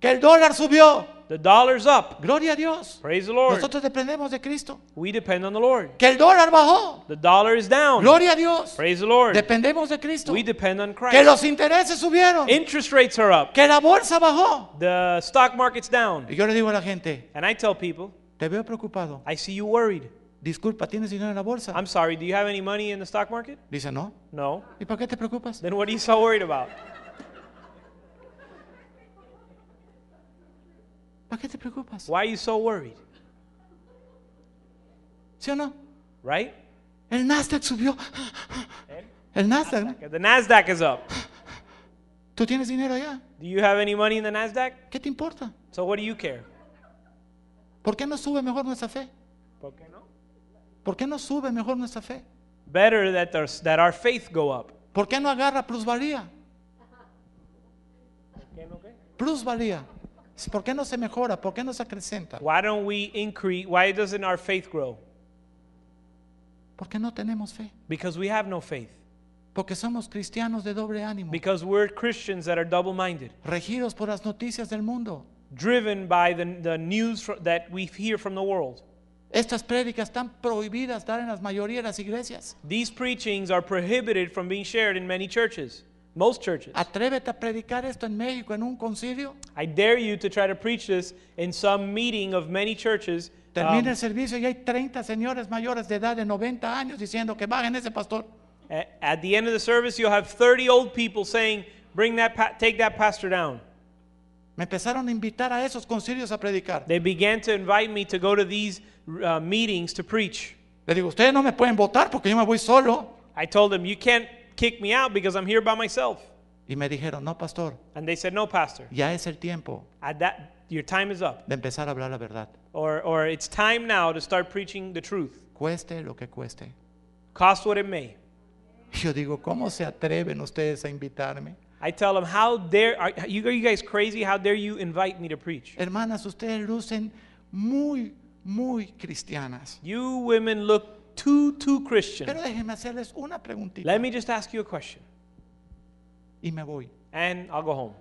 Speaker 1: Que el dólar subió.
Speaker 2: The dollar's up.
Speaker 1: Gloria a Dios.
Speaker 2: Praise the Lord.
Speaker 1: Nosotros dependemos de Cristo.
Speaker 2: We depend on the Lord.
Speaker 1: Que el dólar bajó.
Speaker 2: The dollar is down.
Speaker 1: Gloria a Dios.
Speaker 2: Praise the Lord.
Speaker 1: Dependemos de Cristo.
Speaker 2: We depend on
Speaker 1: Que
Speaker 2: Christ.
Speaker 1: los intereses subieron.
Speaker 2: Interest rates are up.
Speaker 1: Que la bolsa bajó.
Speaker 2: The stock market's down.
Speaker 1: Y yo le digo a la gente,
Speaker 2: And I tell people,
Speaker 1: te veo preocupado.
Speaker 2: I see you worried.
Speaker 1: Disculpa, ¿tienes dinero en la bolsa?
Speaker 2: I'm sorry, do you have any money in the stock market?
Speaker 1: Dice, no.
Speaker 2: No.
Speaker 1: ¿Y por qué te preocupas?
Speaker 2: Then what are you so worried about?
Speaker 1: ¿Para qué te preocupas?
Speaker 2: Why are you so worried?
Speaker 1: ¿Sí o no?
Speaker 2: Right?
Speaker 1: El Nasdaq subió. El Nasdaq. ¿no?
Speaker 2: The NASDAQ is up.
Speaker 1: ¿Tú tienes dinero allá?
Speaker 2: Do you have any money in the NASDAQ?
Speaker 1: ¿Qué te importa?
Speaker 2: So what do you care?
Speaker 1: ¿Por qué no sube mejor nuestra fe? ¿Por qué no sube mejor nuestra fe?
Speaker 2: Better that, there's, that our faith go up.
Speaker 1: ¿Por qué no agarra plusvalía? Plusvalía. ¿Por qué no se mejora? ¿Por qué no se acrecenta?
Speaker 2: Why don't we increase? Why doesn't our faith grow?
Speaker 1: Porque no tenemos fe.
Speaker 2: Because we have no faith.
Speaker 1: Porque somos cristianos de doble ánimo.
Speaker 2: Because we're Christians that are double minded,
Speaker 1: Regidos por las noticias del mundo.
Speaker 2: driven by the, the news fro- that we hear from the world.
Speaker 1: Estas prédicas están prohibidas dar en las mayoría de las iglesias.
Speaker 2: These preachings are prohibited from being shared in many churches, most churches.
Speaker 1: Atrévete a predicar esto en México en un concilio.
Speaker 2: I dare you to try to preach this in some meeting of many churches. um,
Speaker 1: Termina el servicio y hay 30 señores mayores de edad de 90 años diciendo que bajen ese pastor.
Speaker 2: a- at the end of the service, you'll have 30 old people saying, "Bring that, pa- take that pastor down."
Speaker 1: Me empezaron a invitar a esos concilios a predicar.
Speaker 2: They began to invite me to go to these uh, meetings to preach.
Speaker 1: Le digo, ustedes no me pueden votar porque yo me voy solo.
Speaker 2: I told them, "You can't kick me out because I'm here by myself."
Speaker 1: Y me dijeron, no, pastor,
Speaker 2: And they said, "No, pastor.
Speaker 1: ya es el tiempo
Speaker 2: At that, your time is up,
Speaker 1: de empezar a hablar la verdad.
Speaker 2: or or it's time now to start preaching the truth,
Speaker 1: Cueste lo que cueste.
Speaker 2: cost what it may."
Speaker 1: Y Yo digo, ¿cómo se atreven ustedes a invitarme?
Speaker 2: I tell them, "How dare are you? Are you guys crazy? How dare you invite me to preach?"
Speaker 1: Hermanas, ustedes lucen muy, muy cristianas.
Speaker 2: You women look too too
Speaker 1: Pero
Speaker 2: Christian.
Speaker 1: déjenme hacerles una preguntita
Speaker 2: Let me just ask you a question,
Speaker 1: y me voy.
Speaker 2: and I'll go home.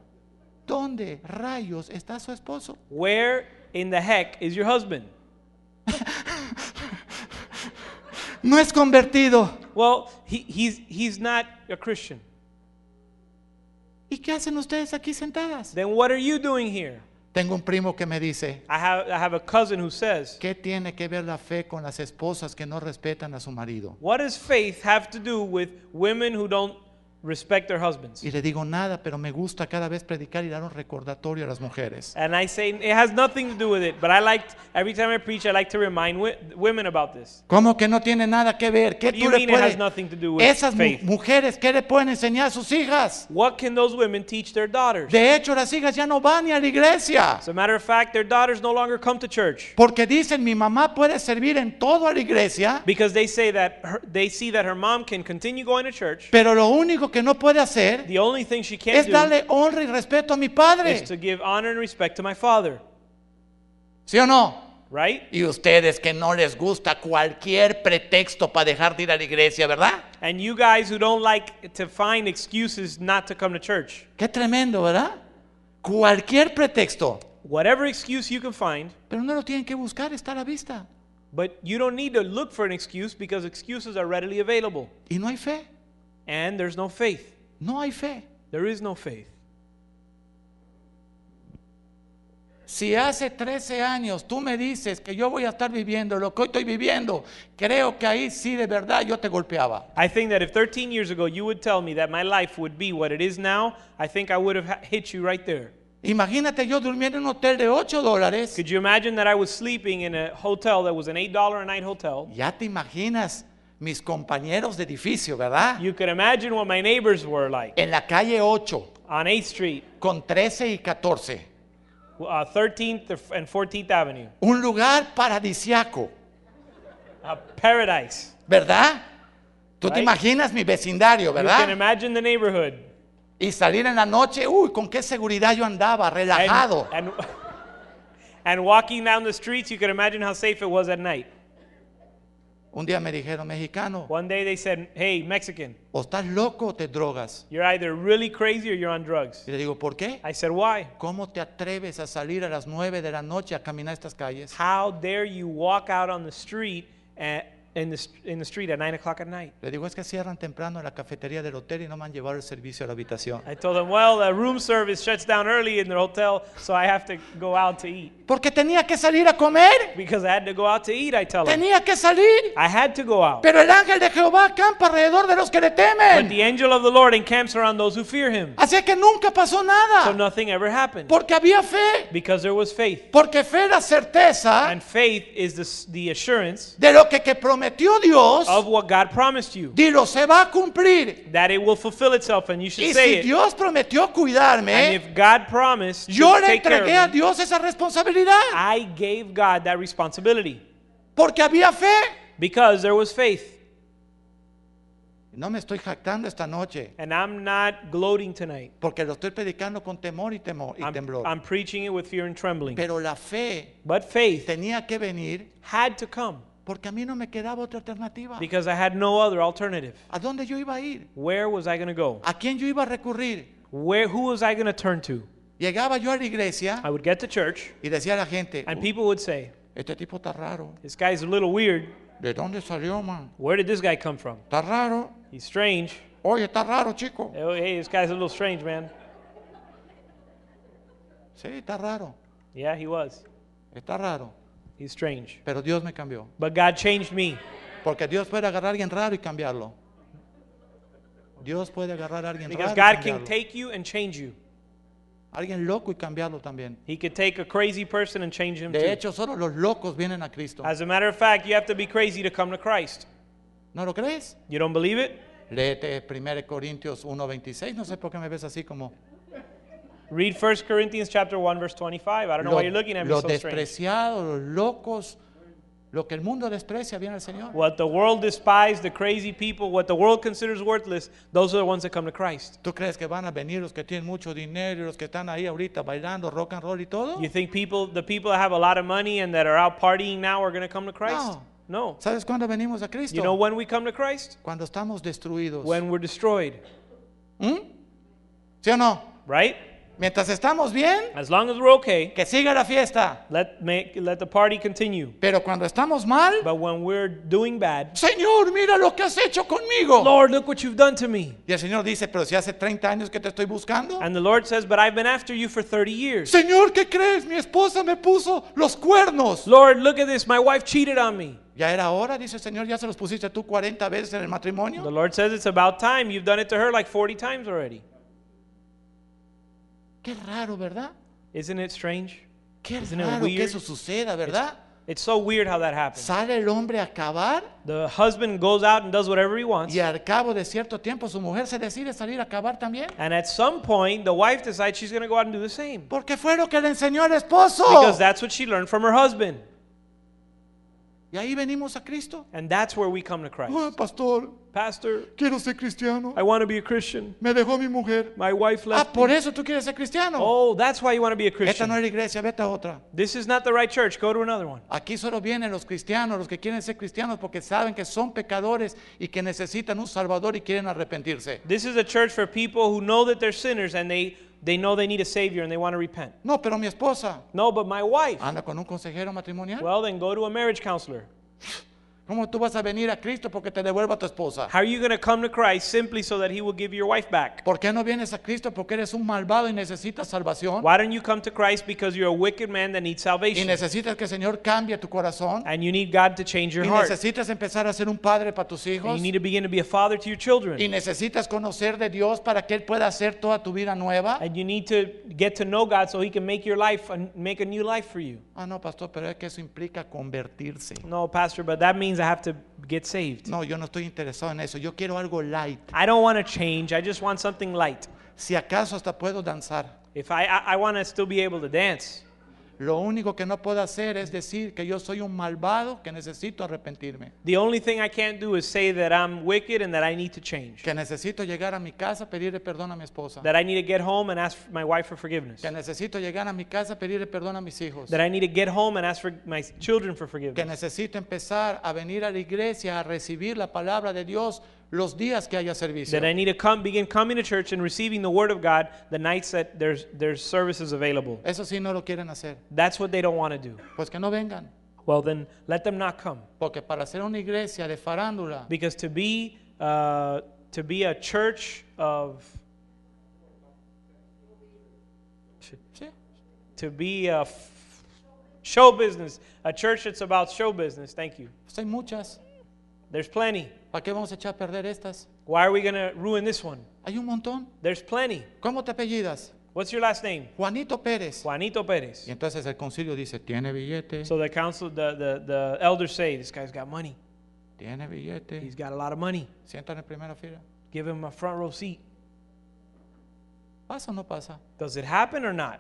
Speaker 1: ¿Dónde rayos está su esposo?
Speaker 2: Where in the heck is your husband?
Speaker 1: No es convertido.
Speaker 2: Well, he, he's he's not a Christian.
Speaker 1: ¿Y qué hacen ustedes aquí sentadas?
Speaker 2: Then what are you doing here?
Speaker 1: Tengo un primo que me dice,
Speaker 2: I have I have a cousin who says,
Speaker 1: ¿qué tiene que ver la fe con las esposas que no respetan a su marido?
Speaker 2: "What does faith have to do with women who don't respect their husbands.
Speaker 1: Y le digo nada, pero me gusta cada vez predicar y dar un recordatorio a las mujeres.
Speaker 2: And I say it has nothing to do with it, but I like every time I preach, I like to remind wi- women about this.
Speaker 1: ¿Cómo que no tiene nada que ver? ¿Qué tú
Speaker 2: You
Speaker 1: le
Speaker 2: mean it has
Speaker 1: puedes?
Speaker 2: nothing to do with
Speaker 1: Esas mu-
Speaker 2: faith?
Speaker 1: mujeres, ¿qué le pueden enseñar a sus hijas?
Speaker 2: What can those women teach their daughters?
Speaker 1: De hecho, las hijas ya no van ni a la iglesia.
Speaker 2: As a matter of fact, their daughters no longer come to church
Speaker 1: Porque dicen, mi mamá puede servir en todo a la iglesia,
Speaker 2: because they say that her, they see that her mom can continue going to church.
Speaker 1: pero lo único que no puede hacer
Speaker 2: The only thing she
Speaker 1: es
Speaker 2: can't do
Speaker 1: darle honra y respeto a mi
Speaker 2: is
Speaker 1: padre.
Speaker 2: to give honor and respect to my father,
Speaker 1: ¿Sí o no?
Speaker 2: right?
Speaker 1: Y ustedes que no les gusta cualquier pretexto para dejar de ir a la iglesia, ¿verdad?
Speaker 2: And you guys who don't like to find excuses not to come to church,
Speaker 1: Qué tremendo, ¿verdad? Cualquier pretexto.
Speaker 2: whatever excuse you can find,
Speaker 1: Pero no lo tienen que buscar, está a la vista.
Speaker 2: but you don't need to look for an excuse because excuses are readily available.
Speaker 1: Y no hay fe,
Speaker 2: And there's no faith.
Speaker 1: no hay fe.
Speaker 2: There is no faith.
Speaker 1: Si hace 13 años tú me dices que yo voy a estar viviendo lo que hoy estoy viviendo, creo que ahí sí de verdad yo te golpeaba.
Speaker 2: I think that if 13 years ago you would tell me that my life would be what it is now, I think I would have ha- hit you right there.
Speaker 1: Imagínate yo durmiendo en un hotel de 8 dólares.
Speaker 2: Could you imagine that I was sleeping in a hotel that was an $8 a night hotel?
Speaker 1: Ya te imaginas mis compañeros de edificio, ¿verdad?
Speaker 2: You could imagine what my neighbors were like
Speaker 1: En la calle 8,
Speaker 2: on 8th Street,
Speaker 1: con 13 y 14.
Speaker 2: uh, 13th and 14th Avenue.
Speaker 1: Un lugar paradisiaco,
Speaker 2: A paradise.
Speaker 1: ¿verdad? Tú te
Speaker 2: Right.
Speaker 1: imaginas mi vecindario,
Speaker 2: You can
Speaker 1: ¿verdad?
Speaker 2: imagine the neighborhood.
Speaker 1: Y salir en la noche, uy, con qué seguridad yo andaba,
Speaker 2: And,
Speaker 1: relajado.
Speaker 2: and, and walking down the streets, you could imagine how safe it was at night.
Speaker 1: Un día me dijeron, mexicano,
Speaker 2: One day they said, Hey, Mexican,
Speaker 1: o estás loco o te drogas.
Speaker 2: you're either really crazy or you're on drugs.
Speaker 1: Y le digo, ¿por qué?
Speaker 2: I said, Why?
Speaker 1: ¿Cómo te atreves a salir a las 9 de la noche a caminar estas calles?
Speaker 2: How dare you walk out on the street at, in, the, st- in the street at 9 o'clock at night?
Speaker 1: Le digo, es que cierran temprano la cafetería del hotel y no me han llevado el servicio a la habitación.
Speaker 2: I told them, Well, the room service shuts down early in the hotel, so I have to go out to eat.
Speaker 1: Porque tenía que salir a comer,
Speaker 2: Because I had to go out to eat, I tell them.
Speaker 1: tenía que salir.
Speaker 2: I had to go out.
Speaker 1: Pero el ángel de Jehová acampa alrededor de los que le
Speaker 2: But
Speaker 1: temen.
Speaker 2: the angel of the Lord encamps around those who fear him.
Speaker 1: Así que nunca pasó
Speaker 2: So
Speaker 1: nada.
Speaker 2: nothing ever happened.
Speaker 1: Porque había fe.
Speaker 2: Because there was faith.
Speaker 1: Porque fe era certeza
Speaker 2: And faith is the, s- the assurance
Speaker 1: de lo que, que prometió Dios.
Speaker 2: of what God promised you.
Speaker 1: Dilo, se va a cumplir.
Speaker 2: That it will fulfill itself, and you should
Speaker 1: Y
Speaker 2: say
Speaker 1: si
Speaker 2: it.
Speaker 1: Dios prometió
Speaker 2: And
Speaker 1: cuidarme,
Speaker 2: if God promised to
Speaker 1: yo le
Speaker 2: take care
Speaker 1: entregué a
Speaker 2: of me, Ah.
Speaker 1: Dios esa responsabilidad.
Speaker 2: I gave God that responsibility
Speaker 1: Porque había fe.
Speaker 2: because there was faith.
Speaker 1: No me estoy jactando esta noche.
Speaker 2: And I'm not gloating tonight.
Speaker 1: Porque lo estoy predicando con temor y, temor, y
Speaker 2: I'm,
Speaker 1: temblor.
Speaker 2: I'm preaching it with fear and trembling.
Speaker 1: Pero la fe
Speaker 2: But faith
Speaker 1: tenía que venir
Speaker 2: had to come
Speaker 1: porque a mí no me quedaba otra alternativa.
Speaker 2: because I had no other alternative.
Speaker 1: ¿A dónde yo iba a ir?
Speaker 2: Where was I going to go?
Speaker 1: ¿A quién yo iba a recurrir?
Speaker 2: Where, who was I going to turn to?
Speaker 1: Llegaba yo a la iglesia
Speaker 2: I would get to church,
Speaker 1: y decía a la gente,
Speaker 2: and
Speaker 1: "Uh,
Speaker 2: people would say,
Speaker 1: este tipo está raro.
Speaker 2: This guy's a little weird.
Speaker 1: ¿De dónde salió, man?
Speaker 2: Where did this guy come from?
Speaker 1: Está raro.
Speaker 2: He's strange.
Speaker 1: Oye, está raro, chico.
Speaker 2: Oh, hey, this guy's a little strange, man.
Speaker 1: Sí, está raro.
Speaker 2: Yeah, he was.
Speaker 1: Está raro.
Speaker 2: He's strange.
Speaker 1: Pero Dios me cambió.
Speaker 2: But God changed me.
Speaker 1: Porque Dios puede agarrar a alguien raro y cambiarlo. Dios puede agarrar a alguien
Speaker 2: Because
Speaker 1: raro. y
Speaker 2: God can
Speaker 1: cambiarlo.
Speaker 2: take you and change you.
Speaker 1: Alguien loco y cambiarlo también.
Speaker 2: He could take a crazy person and change him
Speaker 1: De
Speaker 2: too.
Speaker 1: hecho, solo los locos vienen a Cristo.
Speaker 2: As a matter of fact, you have to be crazy to come to Christ.
Speaker 1: ¿No lo crees?
Speaker 2: You don't believe it?
Speaker 1: Léete 1 Corintios 1.26. No sé por qué me ves así como...
Speaker 2: Read 1 Corinthians chapter 1 verse 25. I don't know
Speaker 1: Lo-
Speaker 2: why you're looking at me
Speaker 1: los
Speaker 2: so strange.
Speaker 1: despreciados, los locos, lo que el mundo desprecia, viene al Señor.
Speaker 2: What the world despises, the crazy people, what the world considers worthless, those are the ones that come to Christ.
Speaker 1: ¿Tú crees que van a venir los que tienen mucho dinero y los que están ahí ahorita bailando rock and roll y todo?
Speaker 2: You think people, the people that have a lot of money and that are out partying now are going to come to Christ? No.
Speaker 1: ¿Sabes cuándo venimos a
Speaker 2: You know
Speaker 1: Cristo?
Speaker 2: when we come to Christ?
Speaker 1: Cuando estamos destruidos.
Speaker 2: When we're destroyed,
Speaker 1: ¿Mm? ¿Sí o no?
Speaker 2: right?
Speaker 1: Mientras estamos bien,
Speaker 2: As long as we're okay,
Speaker 1: que siga la fiesta.
Speaker 2: let make let the party continue.
Speaker 1: Pero cuando estamos mal,
Speaker 2: But when we're doing bad,
Speaker 1: Señor, mira lo que has hecho conmigo.
Speaker 2: Lord, look what you've done to me.
Speaker 1: Y el Señor dice, pero si hace 30 años que te estoy buscando.
Speaker 2: And the Lord says, But I've been after you for 30 years.
Speaker 1: Señor, ¿qué crees? Mi esposa me puso los cuernos.
Speaker 2: Lord, look at this. My wife cheated on me.
Speaker 1: Ya era hora, dice el Señor, ya se los pusiste tú 40 veces en el
Speaker 2: The
Speaker 1: matrimonio.
Speaker 2: Lord says, It's about time. You've done it to her like 40 times already.
Speaker 1: Qué raro, ¿verdad?
Speaker 2: Isn't it strange?
Speaker 1: Qué
Speaker 2: Isn't it
Speaker 1: raro que
Speaker 2: weird?
Speaker 1: eso suceda, ¿verdad?
Speaker 2: It's so weird how that happens.
Speaker 1: Sale el hombre a acabar
Speaker 2: The husband goes out and does whatever he wants.
Speaker 1: y al cabo de cierto tiempo su mujer se decide salir a acabar también.
Speaker 2: And at some point, the wife decides she's going to go out and do the same.
Speaker 1: Porque fue lo que le enseñó el esposo.
Speaker 2: Because that's what she learned from her husband.
Speaker 1: Y ahí venimos a Cristo.
Speaker 2: And that's where we come to
Speaker 1: "Ah,
Speaker 2: Christ.
Speaker 1: pastor,
Speaker 2: Pastor,
Speaker 1: quiero ser cristiano.
Speaker 2: I want to be a Christian.
Speaker 1: Me dejó mi mujer.
Speaker 2: My wife
Speaker 1: Ah,
Speaker 2: left. me.
Speaker 1: por eso tú quieres ser cristiano.
Speaker 2: Oh, that's why you want to be a
Speaker 1: Esta no
Speaker 2: Christian.
Speaker 1: es la iglesia, vete a otra.
Speaker 2: This is not the right church. Go to another one.
Speaker 1: Aquí solo vienen los cristianos, los que quieren ser cristianos porque saben que son pecadores y que necesitan un salvador y quieren arrepentirse.
Speaker 2: This is a church for people who know that they're sinners and they, they know they need a savior and they want to repent.
Speaker 1: No, pero mi esposa
Speaker 2: No, but my wife.
Speaker 1: anda con un consejero matrimonial.
Speaker 2: Well, then go to a marriage counselor.
Speaker 1: ¿Cómo tú vas a venir a Cristo porque te devuelva a tu esposa?
Speaker 2: How are you going to come to Christ simply so that he will give your wife back?
Speaker 1: ¿Por qué no vienes a Cristo porque eres un malvado y necesitas salvación?
Speaker 2: Why don't you come to Christ because you're a wicked man that needs
Speaker 1: Y
Speaker 2: salvation
Speaker 1: necesitas que el Señor cambie tu corazón.
Speaker 2: and you need God to change your
Speaker 1: Y
Speaker 2: heart?
Speaker 1: necesitas empezar a ser un padre para tus
Speaker 2: And
Speaker 1: hijos.
Speaker 2: you need to begin to be a father to your
Speaker 1: Y
Speaker 2: children.
Speaker 1: necesitas conocer de Dios para que Él pueda hacer toda tu vida nueva.
Speaker 2: And you need to get to know God so he can make your life and make a new life for you.
Speaker 1: Ah, no, pastor, pero es que eso implica convertirse.
Speaker 2: No, pastor, but that means I have to get saved.
Speaker 1: No, yo no estoy interesado en eso. Yo quiero algo light.
Speaker 2: I don't want to change. I just want something light.
Speaker 1: Si acaso hasta puedo danzar.
Speaker 2: If I I, I want to still be able to dance.
Speaker 1: Lo único que no puedo hacer es decir que yo soy un malvado que necesito arrepentirme.
Speaker 2: The only thing I can't do is say that I'm wicked and that I need to change.
Speaker 1: Que necesito llegar a mi casa, pedirle perdón a mi esposa.
Speaker 2: That I need to get home and ask my wife for forgiveness.
Speaker 1: Que necesito llegar a mi casa, pedirle perdón a mis hijos.
Speaker 2: That I need to get home and ask for my children for
Speaker 1: Que
Speaker 2: forgiveness.
Speaker 1: necesito empezar a venir a la iglesia a recibir la palabra de Dios los días que haya servicio.
Speaker 2: That I need to come begin coming to church and receiving the word of God the nights that there's there's services available.
Speaker 1: Eso sí no lo quieren hacer.
Speaker 2: That's what they don't want to do.
Speaker 1: Pues que no vengan.
Speaker 2: Well, then let them not come,
Speaker 1: Porque para ser una iglesia de farándula,
Speaker 2: because to be uh, to be a church of
Speaker 1: sí,
Speaker 2: to be a f- show business, a church that's about show business. Thank you.
Speaker 1: pues hay muchas.
Speaker 2: There's plenty.
Speaker 1: ¿Para qué vamos a echar a perder estas?
Speaker 2: Why are we gonna ruin this one?
Speaker 1: Hay un montón.
Speaker 2: There's plenty.
Speaker 1: ¿Cómo te apellidas?
Speaker 2: What's your last name?
Speaker 1: Juanito Pérez.
Speaker 2: Juanito Perez.
Speaker 1: Y entonces el concilio dice, tiene billete,
Speaker 2: So the council, the, the, the elders say, this guy's got money.
Speaker 1: tiene billete.
Speaker 2: He's got a lot of money.
Speaker 1: Sientan en primera fila.
Speaker 2: Give him a front row seat.
Speaker 1: ¿Pasa o no pasa?
Speaker 2: Does it happen or not?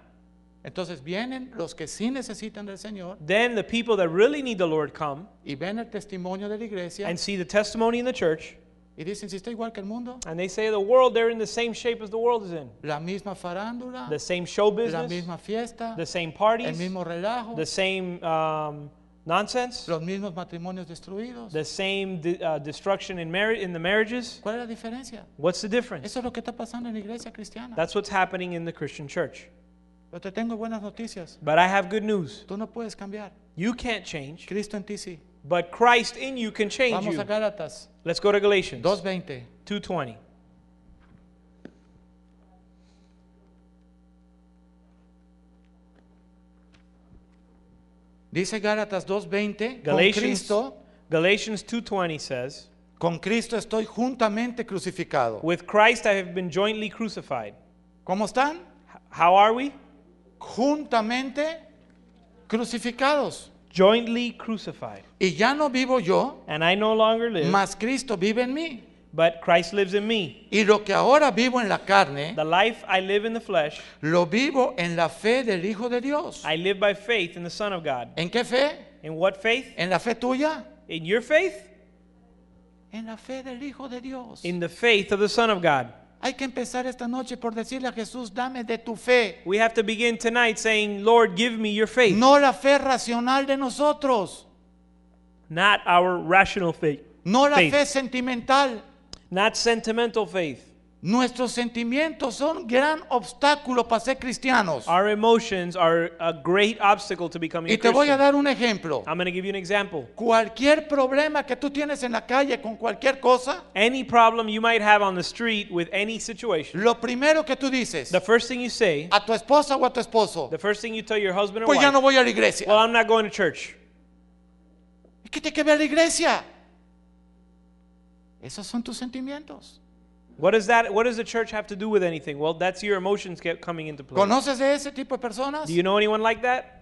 Speaker 1: Entonces vienen los que sí necesitan del Señor
Speaker 2: Then the people that really need the Lord come
Speaker 1: y ven el testimonio de la iglesia
Speaker 2: and see the testimony in the church,
Speaker 1: y dicen, si está igual que el mundo,
Speaker 2: and they say the world, they're in the same shape as the world is in.
Speaker 1: la misma farándula,
Speaker 2: The same show
Speaker 1: la
Speaker 2: business,
Speaker 1: misma fiesta,
Speaker 2: the same
Speaker 1: el
Speaker 2: parties,
Speaker 1: mismo relajo,
Speaker 2: the same um, nonsense,
Speaker 1: los mismos matrimonios destruidos.
Speaker 2: the same di- uh, destruction in, marri- in the marriages.
Speaker 1: ¿Cuál es la diferencia?
Speaker 2: What's the difference?
Speaker 1: Eso es lo que está pasando en la iglesia cristiana.
Speaker 2: That's what's happening in the Christian church.
Speaker 1: Pero te tengo buenas noticias.
Speaker 2: But I have good news.
Speaker 1: Tú no puedes cambiar.
Speaker 2: You can't change,
Speaker 1: Cristo en ti sí.
Speaker 2: but Christ in you can change
Speaker 1: Vamos
Speaker 2: you.
Speaker 1: a Gálatas
Speaker 2: Let's go to Galatians
Speaker 1: 2.20.
Speaker 2: 2:20.
Speaker 1: Dice Gálatas 2.20. Con
Speaker 2: Galatians
Speaker 1: Cristo,
Speaker 2: Galatians 2:20 says,
Speaker 1: con Cristo estoy juntamente crucificado.
Speaker 2: "With Christ I have been jointly crucified."
Speaker 1: ¿Cómo están?
Speaker 2: H- How are we?
Speaker 1: Juntamente crucificados.
Speaker 2: Jointly crucified.
Speaker 1: Y ya no vivo yo,
Speaker 2: And I no longer live,
Speaker 1: mas Cristo vive en mí.
Speaker 2: but Christ lives in me.
Speaker 1: Y lo que ahora vivo en la carne,
Speaker 2: The life I live in the flesh,
Speaker 1: lo vivo en la fe del Hijo de Dios.
Speaker 2: I live by faith in the Son of God.
Speaker 1: ¿En qué fe?
Speaker 2: In what faith?
Speaker 1: ¿En la fe tuya?
Speaker 2: In your faith?
Speaker 1: En la fe del Hijo de Dios.
Speaker 2: In the faith of the Son of God.
Speaker 1: Hay que empezar esta noche por decirle a Jesús, dame de tu fe.
Speaker 2: We have to begin tonight saying, "Lord, give me your faith."
Speaker 1: No la fe racional de nosotros.
Speaker 2: Not our rational faith.
Speaker 1: No la
Speaker 2: Faith.
Speaker 1: fe sentimental.
Speaker 2: Not sentimental faith.
Speaker 1: Nuestros sentimientos son gran obstáculo para ser cristianos.
Speaker 2: Our emotions are a great obstacle to becoming
Speaker 1: Y
Speaker 2: a
Speaker 1: te voy a
Speaker 2: Christian.
Speaker 1: dar un ejemplo.
Speaker 2: I'm going to give you an example.
Speaker 1: Cualquier problema que tú tienes en la calle con cualquier cosa,
Speaker 2: Any problem you might have on the street with any situation,
Speaker 1: lo primero que tú dices
Speaker 2: the first thing you say,
Speaker 1: a tu esposa o a tu esposo,
Speaker 2: the first thing you tell your husband or
Speaker 1: pues ya no
Speaker 2: wife,
Speaker 1: voy a la iglesia.
Speaker 2: well, I'm not going to church.
Speaker 1: ¿Qué tiene que ver la iglesia? Esos son tus sentimientos.
Speaker 2: What does that? What does the church have to do with anything? Well, that's your emotions get coming into play.
Speaker 1: ¿Conoces de ese tipo de personas?
Speaker 2: Do you know anyone like that?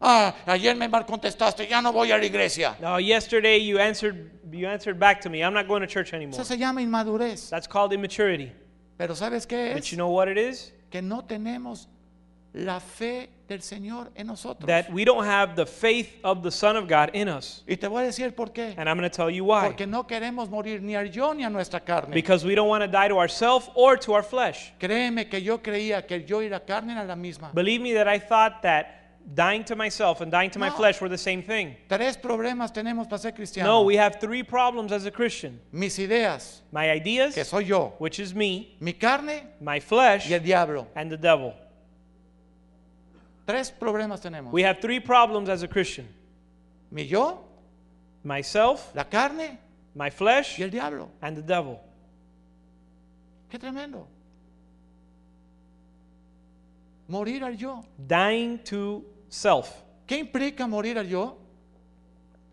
Speaker 1: Ah, ayer me mal contestaste, ya no voy a la iglesia.
Speaker 2: No. Yesterday you answered. You answered back to me. I'm not going to church anymore.
Speaker 1: Eso se llama inmadurez.
Speaker 2: That's called immaturity.
Speaker 1: Pero ¿sabes qué
Speaker 2: But
Speaker 1: es?
Speaker 2: you know what it is?
Speaker 1: Que no tenemos la fe del Señor en nosotros.
Speaker 2: That we don't have the faith of the Son of God in us.
Speaker 1: Y te voy a decir por qué.
Speaker 2: And I'm going to tell you why.
Speaker 1: Porque no queremos morir ni a yo ni a nuestra carne.
Speaker 2: Because we don't want to die to ourselves or to our flesh.
Speaker 1: Créeme que yo creía que el yo y la carne eran la misma.
Speaker 2: Believe me that I thought that dying to myself and dying to my
Speaker 1: No.
Speaker 2: flesh were the same thing.
Speaker 1: Tres problemas tenemos para ser
Speaker 2: No,
Speaker 1: cristianos.
Speaker 2: we have three problems as a Christian
Speaker 1: Mis ideas,
Speaker 2: my ideas,
Speaker 1: que soy yo.
Speaker 2: which is me,
Speaker 1: Mi carne
Speaker 2: my flesh,
Speaker 1: y el diablo.
Speaker 2: and the devil.
Speaker 1: Tres problemas tenemos.
Speaker 2: We have three problems as a Christian
Speaker 1: Mi yo,
Speaker 2: myself,
Speaker 1: la carne
Speaker 2: my flesh,
Speaker 1: y el diablo.
Speaker 2: and the devil.
Speaker 1: Qué tremendo. Morir al yo.
Speaker 2: Dying to self.
Speaker 1: ¿Qué implica morir al yo?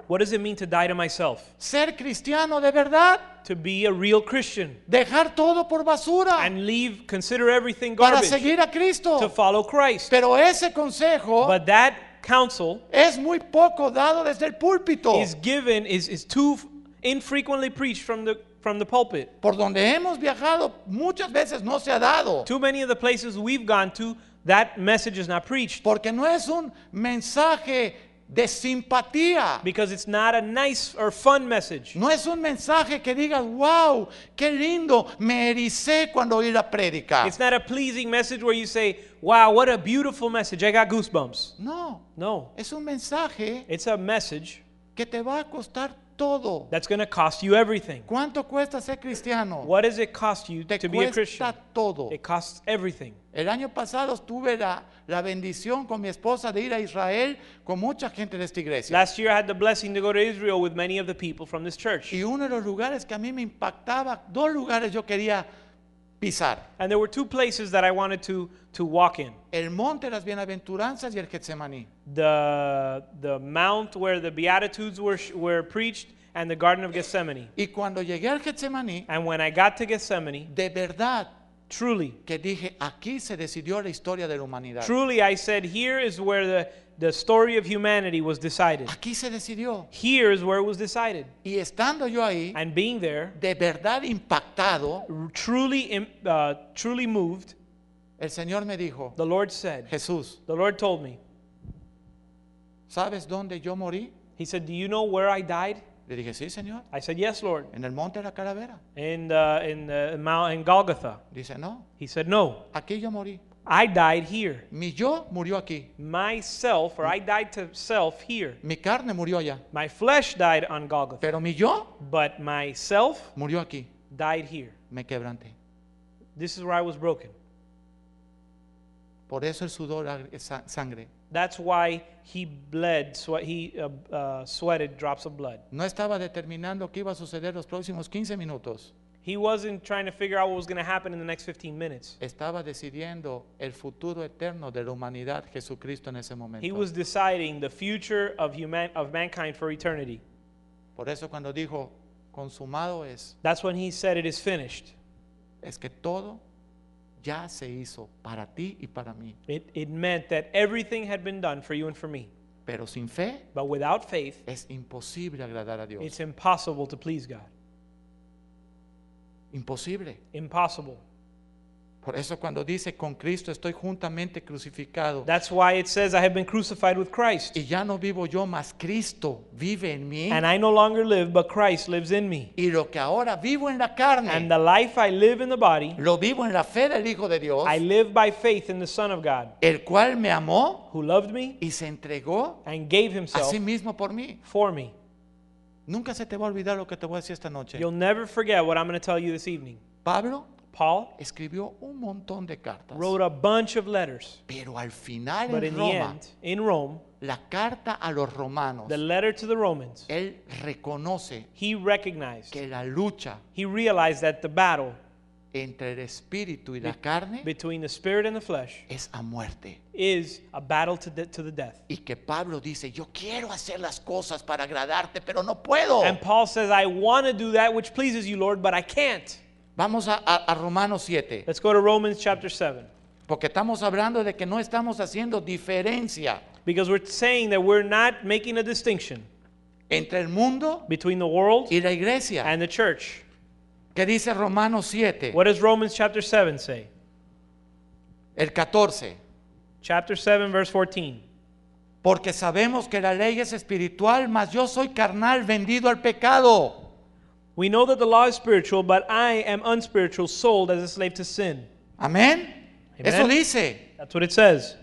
Speaker 2: What does it mean to die to myself?
Speaker 1: Ser cristiano de verdad.
Speaker 2: To be a real Christian
Speaker 1: Dejar todo por basura
Speaker 2: and leave, consider everything
Speaker 1: para
Speaker 2: garbage
Speaker 1: seguir a Cristo.
Speaker 2: to follow Christ.
Speaker 1: Pero ese consejo
Speaker 2: But that counsel
Speaker 1: es muy poco dado desde el púlpito.
Speaker 2: is given is, is too infrequently preached from the from the pulpit.
Speaker 1: Por donde hemos viajado muchas veces no se ha dado.
Speaker 2: Too many of the places we've gone to, that message is not preached
Speaker 1: Porque no es un mensaje de simpatía.
Speaker 2: because it's not a nice or fun message.
Speaker 1: No es un mensaje que digas, wow, qué lindo, me ericé cuando oí la prédica.
Speaker 2: It's not a pleasing message where you say, "Wow, what a beautiful message! I got goosebumps."
Speaker 1: No,
Speaker 2: No,
Speaker 1: es un mensaje
Speaker 2: it's a message
Speaker 1: que te va a costar todo.
Speaker 2: that's going to cost you everything.
Speaker 1: ¿Cuánto cuesta ser cristiano?
Speaker 2: What does it cost you
Speaker 1: Te
Speaker 2: to be a Christian?
Speaker 1: cuesta todo.
Speaker 2: It costs everything.
Speaker 1: El año pasado tuve la, la bendición con mi esposa de ir a Israel con mucha gente de esta iglesia.
Speaker 2: Last year, I had the blessing to go to Israel with many of the people from this church.
Speaker 1: Y uno de los lugares que a mí me impactaba, dos lugares yo quería pisar.
Speaker 2: And there were two places that I wanted to, to walk in.
Speaker 1: El monte de las bienaventuranzas y el Getsemaní.
Speaker 2: The, the mount where the Beatitudes were, sh- were preached and the Garden of Gethsemane.
Speaker 1: Y cuando llegué al Getsemaní,
Speaker 2: And when I got to Gethsemane,
Speaker 1: de verdad
Speaker 2: truly,
Speaker 1: que dije, aquí se decidió la historia de la humanidad.
Speaker 2: truly I said, here is where the, the story of humanity was decided.
Speaker 1: Aquí se decidió.
Speaker 2: Here is where it was decided.
Speaker 1: Y estando yo ahí,
Speaker 2: And being there,
Speaker 1: de verdad impactado,
Speaker 2: r- truly, im- uh, truly moved,
Speaker 1: el Señor me dijo,
Speaker 2: the Lord said,
Speaker 1: Jesús,
Speaker 2: the Lord told me,
Speaker 1: ¿sabes dónde yo morí?
Speaker 2: He said, do you know where I died?
Speaker 1: Le dije, sí, Señor,
Speaker 2: I said, yes, Lord,
Speaker 1: en el monte de la calavera.
Speaker 2: in, the, in, the, Mount, in Golgotha.
Speaker 1: Dice, no,
Speaker 2: He said, no,
Speaker 1: aquí yo morí.
Speaker 2: I died here.
Speaker 1: Mi yo murió aquí,
Speaker 2: myself, or I died to self here.
Speaker 1: mi carne murió allá,
Speaker 2: My flesh died on Golgotha,
Speaker 1: pero mi yo
Speaker 2: but myself
Speaker 1: murió aquí.
Speaker 2: died here.
Speaker 1: Me quebranté.
Speaker 2: This is where I was broken.
Speaker 1: Por eso el sudor ag- es sa- sangre.
Speaker 2: That's why he bled, swe- he uh, uh, sweated drops of blood.
Speaker 1: No estaba determinando qué iba a suceder los próximos 15 minutos.
Speaker 2: He wasn't trying to figure out what was going to happen in the next 15 minutes.
Speaker 1: estaba decidiendo el futuro eterno de la humanidad Jesucristo en ese momento.
Speaker 2: He was deciding the future of, human- of mankind for eternity.
Speaker 1: Por eso cuando dijo, consumado es,
Speaker 2: That's when he said, It is finished.
Speaker 1: es que todo ya se hizo para ti y para mí.
Speaker 2: It, it meant that everything had been done for you and for me.
Speaker 1: Pero sin fe
Speaker 2: But without faith,
Speaker 1: es imposible agradar a Dios.
Speaker 2: it's impossible to please God.
Speaker 1: imposible.
Speaker 2: Impossible.
Speaker 1: Por eso cuando dice, con Cristo estoy juntamente crucificado
Speaker 2: That's why it says, I have been crucified with Christ,
Speaker 1: y ya no vivo yo, mas Cristo vive en mí.
Speaker 2: and I no longer live, but Christ lives in me.
Speaker 1: y lo que ahora vivo en la carne,
Speaker 2: And the life I live in the body,
Speaker 1: lo vivo en la fe del Hijo de Dios,
Speaker 2: I live by faith in the Son of God,
Speaker 1: el cual me amó
Speaker 2: who loved me
Speaker 1: y se entregó
Speaker 2: and gave
Speaker 1: a
Speaker 2: himself
Speaker 1: sí mismo por mí.
Speaker 2: for me.
Speaker 1: Nunca se te va a olvidar lo que te voy a decir esta noche.
Speaker 2: You'll never forget what I'm going to tell you this evening.
Speaker 1: Pablo
Speaker 2: Paul
Speaker 1: escribió un montón de cartas.
Speaker 2: wrote a bunch of letters,
Speaker 1: Pero al final
Speaker 2: but
Speaker 1: en
Speaker 2: in the
Speaker 1: Roma,
Speaker 2: end, in Rome,
Speaker 1: la carta a los romanos,
Speaker 2: the letter to the Romans,
Speaker 1: él reconoce
Speaker 2: he recognized,
Speaker 1: que la lucha
Speaker 2: he realized that the battle
Speaker 1: entre el espíritu y la carne
Speaker 2: between the spirit and the flesh
Speaker 1: es a muerte.
Speaker 2: is a battle to, the to the death.
Speaker 1: Y que Pablo dice, yo quiero hacer las cosas para agradarte, pero no puedo.
Speaker 2: And Paul says, I want to do that which pleases you, Lord, but I can't.
Speaker 1: Vamos a, a- a Romanos 7,
Speaker 2: Let's go to Romans chapter 7.
Speaker 1: porque estamos hablando de que no estamos haciendo diferencia
Speaker 2: Because we're saying that we're not making a distinction
Speaker 1: entre el mundo
Speaker 2: between the world
Speaker 1: y la iglesia.
Speaker 2: and the church.
Speaker 1: ¿Qué dice Romanos 7,
Speaker 2: What does Romans chapter 7 say?
Speaker 1: el 14?
Speaker 2: Chapter 7, verse 14.
Speaker 1: Porque sabemos que la ley es espiritual, mas yo soy carnal vendido al pecado.
Speaker 2: We know that the law is spiritual, but I am unspiritual, sold as a slave to sin.
Speaker 1: Amén.
Speaker 2: Amén.
Speaker 1: Eso dice.
Speaker 2: That's what it says.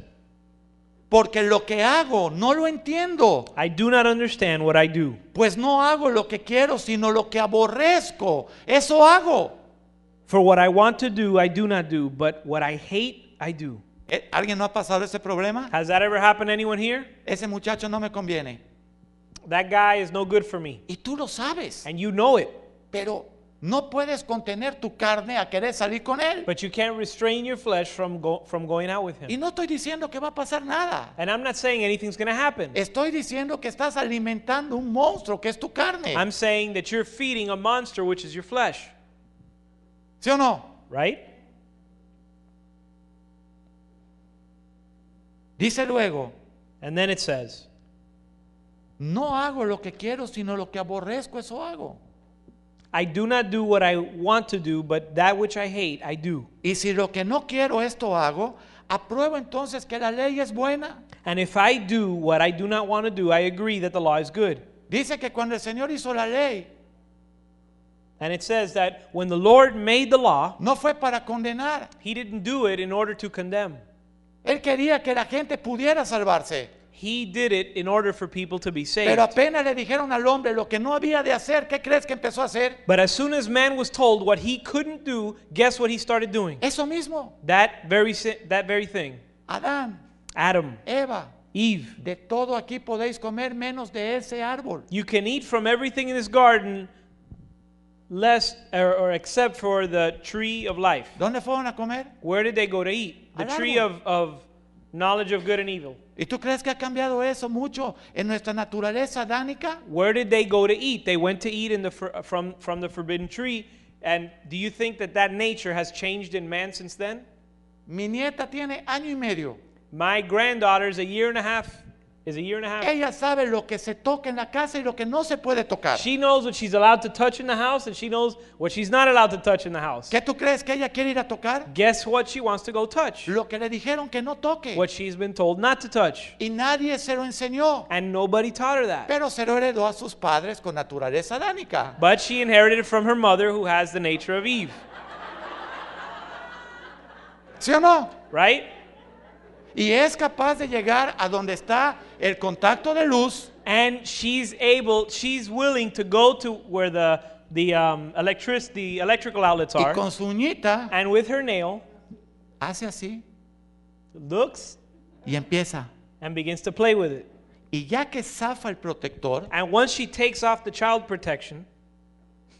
Speaker 1: Porque lo que hago no lo entiendo,
Speaker 2: I do not understand what I do.
Speaker 1: pues no hago lo que quiero, sino lo que aborrezco. Eso hago.
Speaker 2: For what I want to do, I do not do, but what I hate, I do.
Speaker 1: Eh, ¿Alguien no ha pasado ese problema?
Speaker 2: Has that ever happened to anyone here?
Speaker 1: Ese muchacho no me conviene.
Speaker 2: That guy is no good for me.
Speaker 1: Y tú lo sabes,
Speaker 2: And you know it,
Speaker 1: pero no puedes contener tu carne a querer salir con él.
Speaker 2: but you can't restrain your flesh from, go- from going out with
Speaker 1: Y
Speaker 2: him.
Speaker 1: no estoy diciendo que va a pasar nada.
Speaker 2: And I'm not saying anything's going to happen.
Speaker 1: Estoy diciendo que estás alimentando un monstruo que es tu carne.
Speaker 2: I'm saying that you're feeding a monster, which is your flesh,
Speaker 1: ¿Sí o no?
Speaker 2: right?
Speaker 1: Dice luego,
Speaker 2: And then it says,
Speaker 1: no hago lo que quiero, sino lo que aborrezco, eso hago.
Speaker 2: I do not do what I want to do, but that which I hate, I do.
Speaker 1: Y si lo que no quiero, esto hago, apruebo entonces que la ley es buena.
Speaker 2: And if I do what I do not want to do, I agree that the law is good.
Speaker 1: Dice que cuando el Señor hizo la ley,
Speaker 2: And it says that when the Lord made the law,
Speaker 1: no fue para condenar.
Speaker 2: he didn't do it in order to condemn.
Speaker 1: Él quería que la gente pudiera salvarse.
Speaker 2: He did it in order for people to be saved.
Speaker 1: Pero apenas le dijeron al hombre lo que no había de hacer, ¿qué crees que empezó a hacer?
Speaker 2: But as soon as man was told what he couldn't do, guess what he started doing?
Speaker 1: Eso mismo,
Speaker 2: That very si- that very thing.
Speaker 1: Adán,
Speaker 2: Adam,
Speaker 1: Eva,
Speaker 2: Eve,
Speaker 1: de todo aquí podéis comer menos de ese árbol.
Speaker 2: you can eat from everything in this garden less or, or except for the tree of life.
Speaker 1: ¿Dónde fueron a comer?
Speaker 2: Where did they go to eat? The
Speaker 1: Al
Speaker 2: tree
Speaker 1: árbol.
Speaker 2: of, of knowledge of good and evil.
Speaker 1: ¿Y tú crees que ha cambiado eso mucho en nuestra naturaleza dánica?
Speaker 2: Where did they go to eat? They went to eat in the for, from from the forbidden tree. And do you think that that nature has changed in man since then?
Speaker 1: Mi nieta tiene año y medio.
Speaker 2: My granddaughter's a year and a half. Is a year and a half.
Speaker 1: Ella sabe lo que se toca en la casa y lo que no se puede tocar.
Speaker 2: She knows what she's allowed to touch in the house, and she knows what she's not allowed to touch in the house.
Speaker 1: ¿Qué tú crees que ella quiere ir a tocar?
Speaker 2: Guess what she wants to go touch?
Speaker 1: Lo que le dijeron que no toque.
Speaker 2: What she's been told not to touch.
Speaker 1: Y nadie se lo enseñó.
Speaker 2: And nobody taught her that.
Speaker 1: Pero se lo heredó a sus padres con naturaleza dánica.
Speaker 2: But she inherited it from her mother, who has the nature of Eve,
Speaker 1: ¿Sí o no?
Speaker 2: right?
Speaker 1: Y es capaz de llegar a donde está el contacto de luz
Speaker 2: And she's able, she's willing to go to where the the um, electric, the electrical outlets
Speaker 1: y
Speaker 2: are,
Speaker 1: con su uñita
Speaker 2: and with her nail
Speaker 1: hace así
Speaker 2: looks
Speaker 1: y empieza.
Speaker 2: and begins to play with it.
Speaker 1: Y ya que zafa el protector,
Speaker 2: And once she takes off the child protection,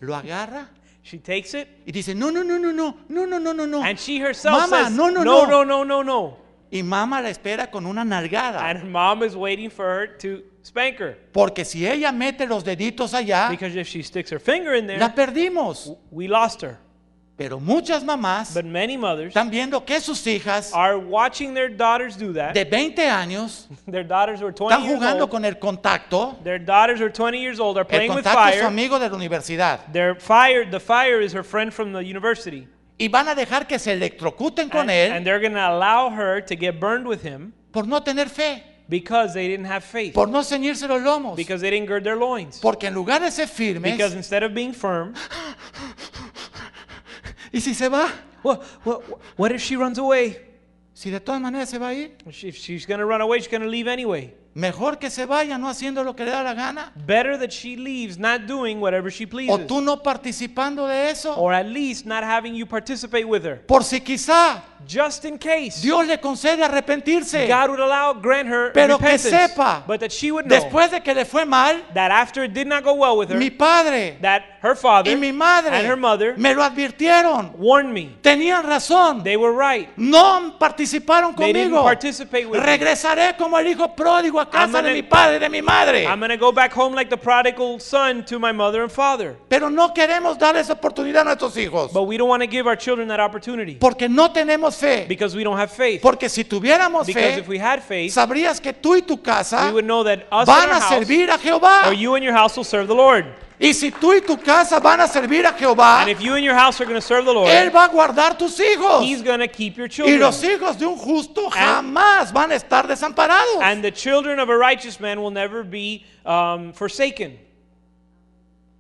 Speaker 1: lo agarra
Speaker 2: she takes it
Speaker 1: y dice, no, no, no, no, no, no, no, no, no, no.
Speaker 2: And she herself
Speaker 1: Mama,
Speaker 2: says,
Speaker 1: no, no,
Speaker 2: no,
Speaker 1: no."
Speaker 2: no, no, no.
Speaker 1: Y mamá la espera con una
Speaker 2: And
Speaker 1: nalgada.
Speaker 2: her mom is waiting for her to spank her.
Speaker 1: Porque si ella mete los deditos allá,
Speaker 2: Because if she sticks her finger in
Speaker 1: la
Speaker 2: there,
Speaker 1: perdimos.
Speaker 2: we lost her.
Speaker 1: Pero muchas mamás
Speaker 2: But many mothers
Speaker 1: están viendo que sus hijas
Speaker 2: are watching their daughters do that.
Speaker 1: de 20 años
Speaker 2: Their daughters were 20
Speaker 1: están
Speaker 2: years
Speaker 1: jugando
Speaker 2: old.
Speaker 1: con el contacto.
Speaker 2: Their daughters are 20 years old, are
Speaker 1: El
Speaker 2: playing with
Speaker 1: contacto es su
Speaker 2: fire.
Speaker 1: amigo de la universidad.
Speaker 2: Their fire, the fire is her friend from the university.
Speaker 1: Y van a dejar que se electrocuten con
Speaker 2: And, and
Speaker 1: él
Speaker 2: they're going to allow her to get burned with him
Speaker 1: por no tener fe,
Speaker 2: because they didn't have faith.
Speaker 1: por no ceñirse los lomos.
Speaker 2: Because they didn't gird their loins.
Speaker 1: Porque en lugar de ser
Speaker 2: Because
Speaker 1: firmes,
Speaker 2: instead of being firm,
Speaker 1: ¿y si se va?
Speaker 2: what, what, what if she runs away?
Speaker 1: Si de todas maneras se va a ir.
Speaker 2: She- If she's going to run away, she's going to leave anyway.
Speaker 1: Mejor que se vaya no haciendo lo que le da la gana.
Speaker 2: Better that she leaves not doing whatever she
Speaker 1: O
Speaker 2: pleases,
Speaker 1: tú no participando de eso.
Speaker 2: or at least not having you participate with her,
Speaker 1: Por si quizá
Speaker 2: just in case.
Speaker 1: Dios le concede arrepentirse.
Speaker 2: God would allow, grant her
Speaker 1: Pero que
Speaker 2: repentance,
Speaker 1: sepa,
Speaker 2: but that she would know
Speaker 1: Después de que le fue mal,
Speaker 2: that after it did not go well with her,
Speaker 1: mi padre
Speaker 2: that her father
Speaker 1: y mi madre
Speaker 2: and her mother
Speaker 1: me lo advirtieron.
Speaker 2: warned me.
Speaker 1: Tenían razón.
Speaker 2: They were right.
Speaker 1: No participaron
Speaker 2: They didn't
Speaker 1: conmigo.
Speaker 2: participate with me.
Speaker 1: Regresaré como el hijo pródigo a casa
Speaker 2: gonna-
Speaker 1: de mi padre y de mi madre.
Speaker 2: I'm going to go back home like the prodigal son to my mother and father.
Speaker 1: Pero no queremos dar esa oportunidad a nuestros hijos.
Speaker 2: But we don't want to give our children that opportunity
Speaker 1: Porque no tenemos fe.
Speaker 2: because we don't have faith.
Speaker 1: Porque si tuviéramos
Speaker 2: Because
Speaker 1: fe,
Speaker 2: if we had faith,
Speaker 1: sabrías que tú y tu casa
Speaker 2: we would know that us
Speaker 1: van
Speaker 2: and our
Speaker 1: a
Speaker 2: house,
Speaker 1: servir a Jehová.
Speaker 2: or you and your house will serve the Lord.
Speaker 1: Y si tú y tu casa van a servir a Jehová,
Speaker 2: And if you and your house are going to serve the Lord,
Speaker 1: Él va a guardar tus hijos.
Speaker 2: He's going to keep your
Speaker 1: Y
Speaker 2: children.
Speaker 1: los hijos de un justo jamás van a estar desamparados.
Speaker 2: Ah. And the children of a righteous man will never be um, forsaken.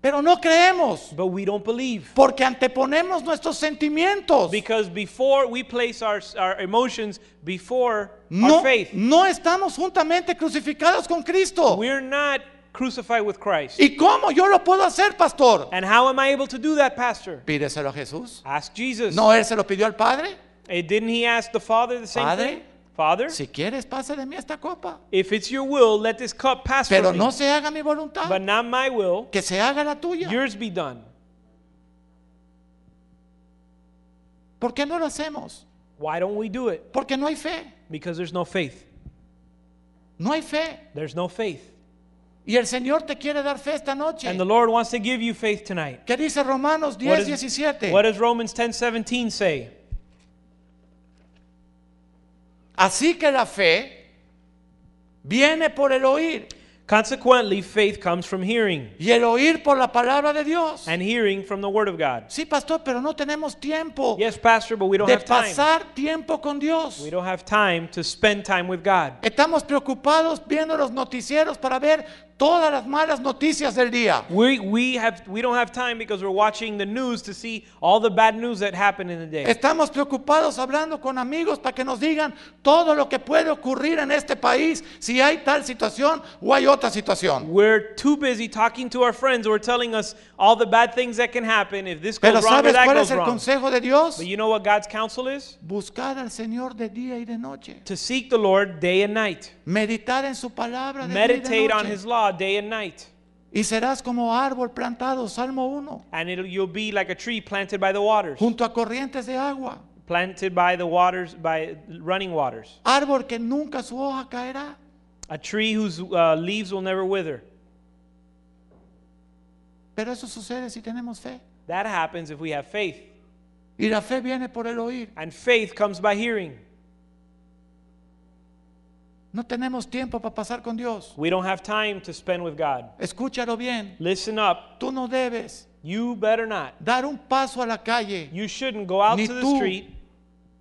Speaker 1: Pero no creemos.
Speaker 2: But we don't believe.
Speaker 1: Porque anteponemos nuestros sentimientos.
Speaker 2: Because before we place our, our emotions before
Speaker 1: No,
Speaker 2: our faith,
Speaker 1: no estamos juntamente crucificados con Cristo.
Speaker 2: we're not crucified with Christ.
Speaker 1: ¿Y cómo yo lo puedo hacer, pastor?
Speaker 2: And how am I able to do that, Pastor?
Speaker 1: Pídeselo a Jesús.
Speaker 2: Ask Jesus.
Speaker 1: ¿No él se lo pidió al Padre?
Speaker 2: Eh, didn't he ask the Father the same
Speaker 1: Padre,
Speaker 2: thing? Father,
Speaker 1: Si quieres, pasa de mí esta copa.
Speaker 2: if it's your will, let this cup pass
Speaker 1: Pero
Speaker 2: from
Speaker 1: no
Speaker 2: me.
Speaker 1: se haga mi
Speaker 2: But
Speaker 1: voluntad,
Speaker 2: not my will,
Speaker 1: que se haga la tuya.
Speaker 2: yours be done.
Speaker 1: ¿Por qué no lo hacemos?
Speaker 2: Why don't we do it?
Speaker 1: Porque no hay fe.
Speaker 2: Because there's no faith.
Speaker 1: No hay fe.
Speaker 2: There's no faith.
Speaker 1: Y el Señor te quiere dar fe esta noche.
Speaker 2: And the Lord wants to give you faith tonight.
Speaker 1: ¿Qué dice Romanos
Speaker 2: What
Speaker 1: 10,
Speaker 2: is-
Speaker 1: 17?
Speaker 2: What does Romans 10:17 say?
Speaker 1: Así que la fe viene por el oír
Speaker 2: Consequently, faith comes from hearing,
Speaker 1: y el oír por la palabra de Dios.
Speaker 2: and hearing from the word of God.
Speaker 1: Sí, pastor, pero no tenemos tiempo
Speaker 2: Yes, pastor, but we don't
Speaker 1: de
Speaker 2: have time.
Speaker 1: pasar tiempo con Dios.
Speaker 2: We don't have time to spend time with God.
Speaker 1: Estamos preocupados viendo los noticieros para ver todas las malas noticias del día.
Speaker 2: We, we, have, we don't have time because we're watching the news to see all the bad news that happened in the day.
Speaker 1: Estamos preocupados hablando con amigos para que nos digan todo lo que puede ocurrir en este país si hay tal situación o hay otra situación.
Speaker 2: We're too busy talking to our friends who are telling us all the bad things that can happen if this
Speaker 1: Pero
Speaker 2: goes wrong or
Speaker 1: ¿sabes
Speaker 2: that
Speaker 1: cuál es
Speaker 2: goes
Speaker 1: el
Speaker 2: wrong.
Speaker 1: consejo de Dios?
Speaker 2: But you know what God's counsel is?
Speaker 1: Buscar al Señor de día y de noche.
Speaker 2: To seek the Lord day and night.
Speaker 1: Meditar en su palabra de día y de
Speaker 2: Meditate on
Speaker 1: noche.
Speaker 2: His law day and night.
Speaker 1: Y serás como árbol plantado, Salmo 1,
Speaker 2: And it'll, you'll be like a tree planted by the waters.
Speaker 1: junto a corrientes de agua.
Speaker 2: planted by the waters, by running waters.
Speaker 1: Árbol que nunca su hoja caerá.
Speaker 2: A tree whose uh, leaves will never wither.
Speaker 1: Pero eso sucede si tenemos fe.
Speaker 2: That happens if we have faith.
Speaker 1: Y la fe viene por el oír.
Speaker 2: And faith comes by hearing.
Speaker 1: No tenemos tiempo para pasar con Dios.
Speaker 2: We don't have time to spend with God.
Speaker 1: Escúchalo bien.
Speaker 2: Listen up.
Speaker 1: Tú no debes
Speaker 2: You better not.
Speaker 1: dar un paso a la calle,
Speaker 2: You shouldn't go out
Speaker 1: Ni
Speaker 2: to
Speaker 1: tú,
Speaker 2: the street,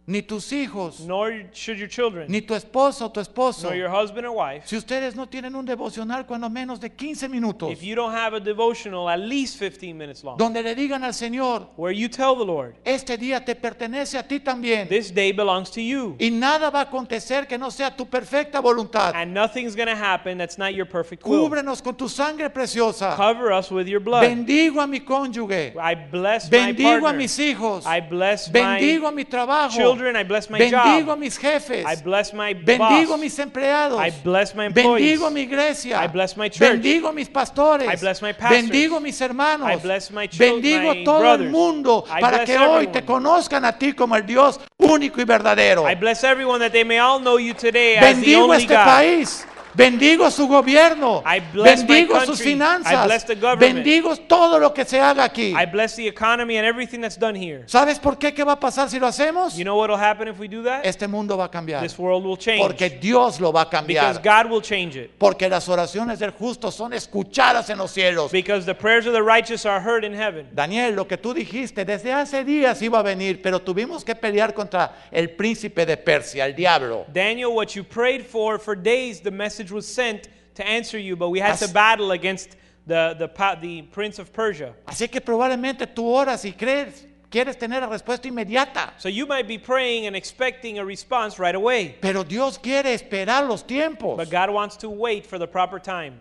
Speaker 1: ni tus hijos,
Speaker 2: nor should your children,
Speaker 1: ni tu esposo o tu esposo.
Speaker 2: nor your husband or wife.
Speaker 1: Si ustedes no tienen un devocional cuando menos de 15 minutos,
Speaker 2: If you don't have a devotional at least 15 minutes long,
Speaker 1: donde le digan al Señor,
Speaker 2: where you tell the Lord,
Speaker 1: este día te pertenece a ti también.
Speaker 2: this day belongs to you,
Speaker 1: Y nada va a acontecer que no sea tu perfecta voluntad.
Speaker 2: and nothing's going to happen that's not your perfect will.
Speaker 1: Cúbrenos con tu sangre preciosa.
Speaker 2: Cover us with your blood.
Speaker 1: Bendigo a mi cónyuge.
Speaker 2: I bless my
Speaker 1: Bendigo a
Speaker 2: partner.
Speaker 1: mis hijos.
Speaker 2: I bless
Speaker 1: Bendigo
Speaker 2: my
Speaker 1: a mi trabajo.
Speaker 2: children. I bless my
Speaker 1: Bendigo a
Speaker 2: job.
Speaker 1: mis
Speaker 2: I
Speaker 1: jefes.
Speaker 2: bless my
Speaker 1: Bendigo a
Speaker 2: boss.
Speaker 1: mis empleados.
Speaker 2: I bless my employees.
Speaker 1: Bendigo a mi iglesia.
Speaker 2: I bless my church.
Speaker 1: Bendigo a mis pastores.
Speaker 2: I bless my pastors.
Speaker 1: Bendigo a mis hermanos.
Speaker 2: I bless my chil-
Speaker 1: Bendigo a
Speaker 2: my
Speaker 1: todo el
Speaker 2: brothers.
Speaker 1: mundo
Speaker 2: I
Speaker 1: para
Speaker 2: bless
Speaker 1: que hoy
Speaker 2: everyone.
Speaker 1: te conozcan a ti como el Dios único y verdadero.
Speaker 2: I bless everyone that they may all know you today as the
Speaker 1: Bendigo
Speaker 2: only
Speaker 1: este
Speaker 2: God.
Speaker 1: país. Bendigo su gobierno.
Speaker 2: I bless my
Speaker 1: Bendigo sus
Speaker 2: country. I
Speaker 1: finanzas.
Speaker 2: bless the government.
Speaker 1: Bendigo todo lo que se haga aquí.
Speaker 2: I bless the economy and everything that's done here.
Speaker 1: ¿Sabes por qué qué va a pasar si lo hacemos?
Speaker 2: You know what will happen if we do that?
Speaker 1: Este mundo va a cambiar.
Speaker 2: This world will
Speaker 1: Porque
Speaker 2: change.
Speaker 1: Dios lo va a
Speaker 2: Because
Speaker 1: cambiar.
Speaker 2: God will change it.
Speaker 1: Porque las oraciones del justo son escuchadas en los cielos.
Speaker 2: Because the prayers of the righteous are heard in heaven.
Speaker 1: Daniel, lo que tú dijiste desde hace días iba a venir, pero tuvimos que pelear contra el príncipe de Persia, el diablo.
Speaker 2: Daniel, what you prayed for for days, the message was sent to answer you, but we had to
Speaker 1: As-
Speaker 2: battle against the, the, pa- the prince of Persia.
Speaker 1: Así que probablemente tú oras y crees quieres tener la respuesta inmediata.
Speaker 2: So you might be praying and expecting a response right away,
Speaker 1: Pero Dios quiere esperar los tiempos.
Speaker 2: but God wants to wait for the proper time.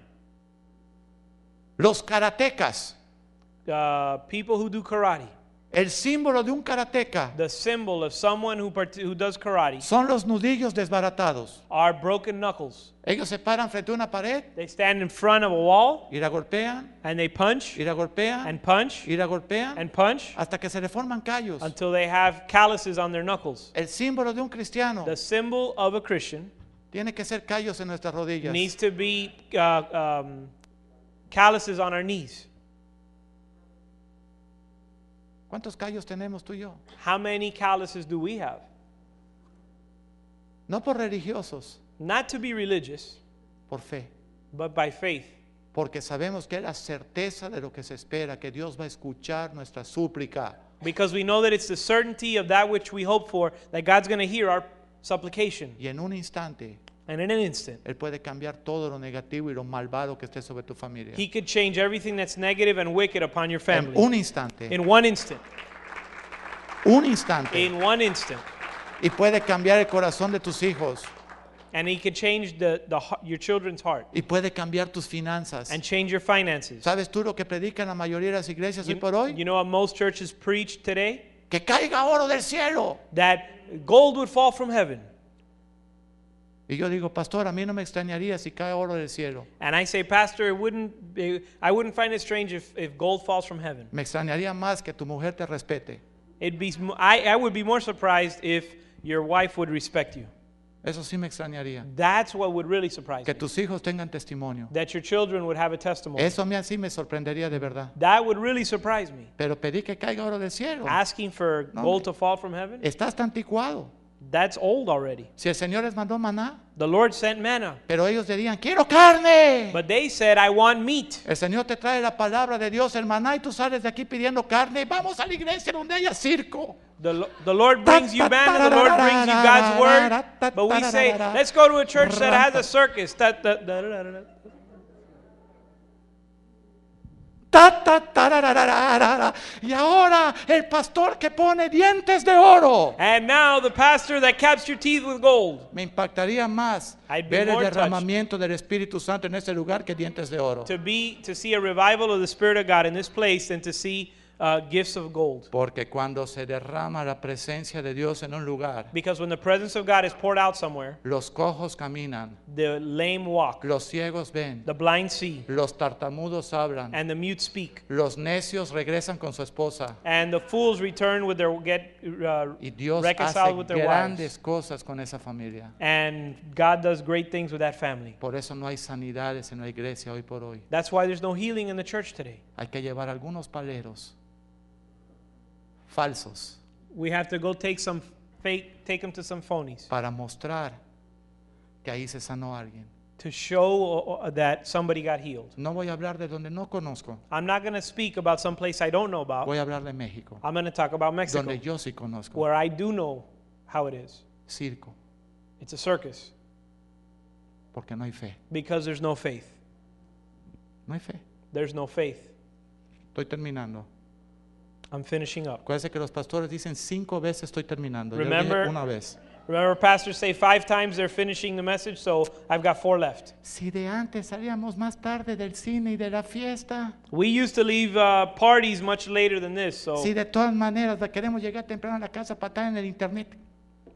Speaker 1: Los karatecas,
Speaker 2: Uh, people who do karate,
Speaker 1: el símbolo de un karateca
Speaker 2: the symbol of someone who, part- who does karate,
Speaker 1: son los nudillos desbaratados.
Speaker 2: are broken knuckles.
Speaker 1: Ellos se paran frente a una pared
Speaker 2: They stand in front of a wall
Speaker 1: y la golpean,
Speaker 2: and they punch
Speaker 1: y la golpean,
Speaker 2: and punch
Speaker 1: y la golpean,
Speaker 2: and punch
Speaker 1: hasta que se le forman callos.
Speaker 2: until they have calluses on their knuckles.
Speaker 1: El símbolo de un cristiano
Speaker 2: The symbol of a Christian
Speaker 1: tiene que ser callos en nuestras rodillas.
Speaker 2: needs to be uh, um, calluses on our knees.
Speaker 1: ¿Cuántos callos tenemos tú y yo?
Speaker 2: How many calluses do we have?
Speaker 1: No por religiosos,
Speaker 2: Not to be religious,
Speaker 1: por fe.
Speaker 2: but by faith.
Speaker 1: Porque sabemos que es la certeza de lo que se espera, que Dios va a escuchar nuestra súplica.
Speaker 2: Because we know that it's the certainty of that which we hope for, that God's going to hear our supplication.
Speaker 1: Y en un instante,
Speaker 2: And in an instant,
Speaker 1: Él puede cambiar todo lo negativo y lo malvado que esté sobre tu familia.
Speaker 2: He could change everything that's negative and wicked upon your
Speaker 1: En
Speaker 2: family.
Speaker 1: un instante,
Speaker 2: In one instant.
Speaker 1: un instante.
Speaker 2: In one instant.
Speaker 1: Y puede cambiar el corazón de tus hijos.
Speaker 2: And He could change the, the, heart- your children's heart
Speaker 1: Y puede cambiar tus finanzas.
Speaker 2: and change your finances.
Speaker 1: ¿Sabes tú lo que predican la mayoría de las iglesias hoy por hoy?
Speaker 2: You know what most churches preach today?
Speaker 1: Que caiga oro del cielo.
Speaker 2: That gold would fall from heaven.
Speaker 1: Y yo digo, pastor, a mí no me extrañaría si cae oro del cielo.
Speaker 2: And I say, Pastor, it wouldn't be, I wouldn't find it strange if, if gold falls from heaven.
Speaker 1: Me extrañaría más que tu mujer te respete.
Speaker 2: It'd be, sm- I, I would be more surprised if your wife would respect you.
Speaker 1: Eso sí me extrañaría.
Speaker 2: That's what would really surprise
Speaker 1: Que
Speaker 2: me.
Speaker 1: tus hijos tengan testimonio.
Speaker 2: That your children would have a testimony.
Speaker 1: Eso a mí así me sorprendería de verdad.
Speaker 2: That would really surprise me.
Speaker 1: Pero pedí que caiga oro del cielo.
Speaker 2: Asking for
Speaker 1: No,
Speaker 2: gold
Speaker 1: hombre.
Speaker 2: to fall from heaven?
Speaker 1: Estás tan anticuado.
Speaker 2: That's old already.
Speaker 1: Si el Señor les mandó maná,
Speaker 2: The Lord sent manna.
Speaker 1: pero ellos dirían, quiero carne.
Speaker 2: But they said, I want meat.
Speaker 1: El Señor te trae la palabra de Dios, el maná, y tú sales de aquí pidiendo carne. Vamos a la iglesia donde haya circo.
Speaker 2: The, Lo- the Lord brings you manna, the Lord brings you God's word. But we say, let's go to a church that has a circus. Da- da- da- da- da- da.
Speaker 1: Ta, ta, tararararara. Y ahora el pastor que pone dientes de oro.
Speaker 2: And now the pastor that caps your teeth with gold.
Speaker 1: Me impactaría más
Speaker 2: I'd be
Speaker 1: ver el
Speaker 2: more touched.
Speaker 1: derramamiento del Espíritu Santo en ese lugar que dientes de oro.
Speaker 2: To be to see a revival of the Spirit of God in this place than to see uh, gifts of gold.
Speaker 1: Porque cuando se derrama la presencia de Dios en un lugar,
Speaker 2: Because when the presence of God is poured out somewhere,
Speaker 1: los cojos caminan,
Speaker 2: the lame walk,
Speaker 1: los ciegos ven,
Speaker 2: the blind see,
Speaker 1: los tartamudos hablan,
Speaker 2: and the mute speak,
Speaker 1: los necios regresan con su esposa.
Speaker 2: and the fools return with their get uh,
Speaker 1: Y Dios hace
Speaker 2: reconciled with their
Speaker 1: grandes
Speaker 2: wives.
Speaker 1: cosas con esa familia.
Speaker 2: And God does great things with that family.
Speaker 1: Por eso no hay sanidades en la iglesia hoy por hoy.
Speaker 2: That's why there's no healing in the church today.
Speaker 1: Hay que llevar algunos paleros falsos
Speaker 2: We have to go take some fake, take them to some phonies
Speaker 1: para mostrar que ahí se sanó alguien.
Speaker 2: to show uh, uh, that somebody got healed.
Speaker 1: No voy a hablar de donde no conozco.
Speaker 2: I'm not going to speak about some place I don't know about.
Speaker 1: Voy a hablar de México,
Speaker 2: I'm going to talk about Mexico,
Speaker 1: donde yo sí conozco.
Speaker 2: where I do know how it is.
Speaker 1: Circo,
Speaker 2: It's a circus
Speaker 1: porque no hay fe.
Speaker 2: because there's no faith.
Speaker 1: No hay fe.
Speaker 2: There's no faith.
Speaker 1: Estoy terminando.
Speaker 2: I'm finishing up.
Speaker 1: Acuérdense que los pastores dicen cinco veces estoy terminando. Yo dije
Speaker 2: Remember-
Speaker 1: una vez.
Speaker 2: Remember, pastors say five times they're finishing the message, so I've got four left.
Speaker 1: Si de antes salíamos más tarde del cine y de la fiesta,
Speaker 2: We used to leave uh, parties much later than this,
Speaker 1: si
Speaker 2: so
Speaker 1: de todas maneras queremos llegar temprano a la casa para estar en el internet,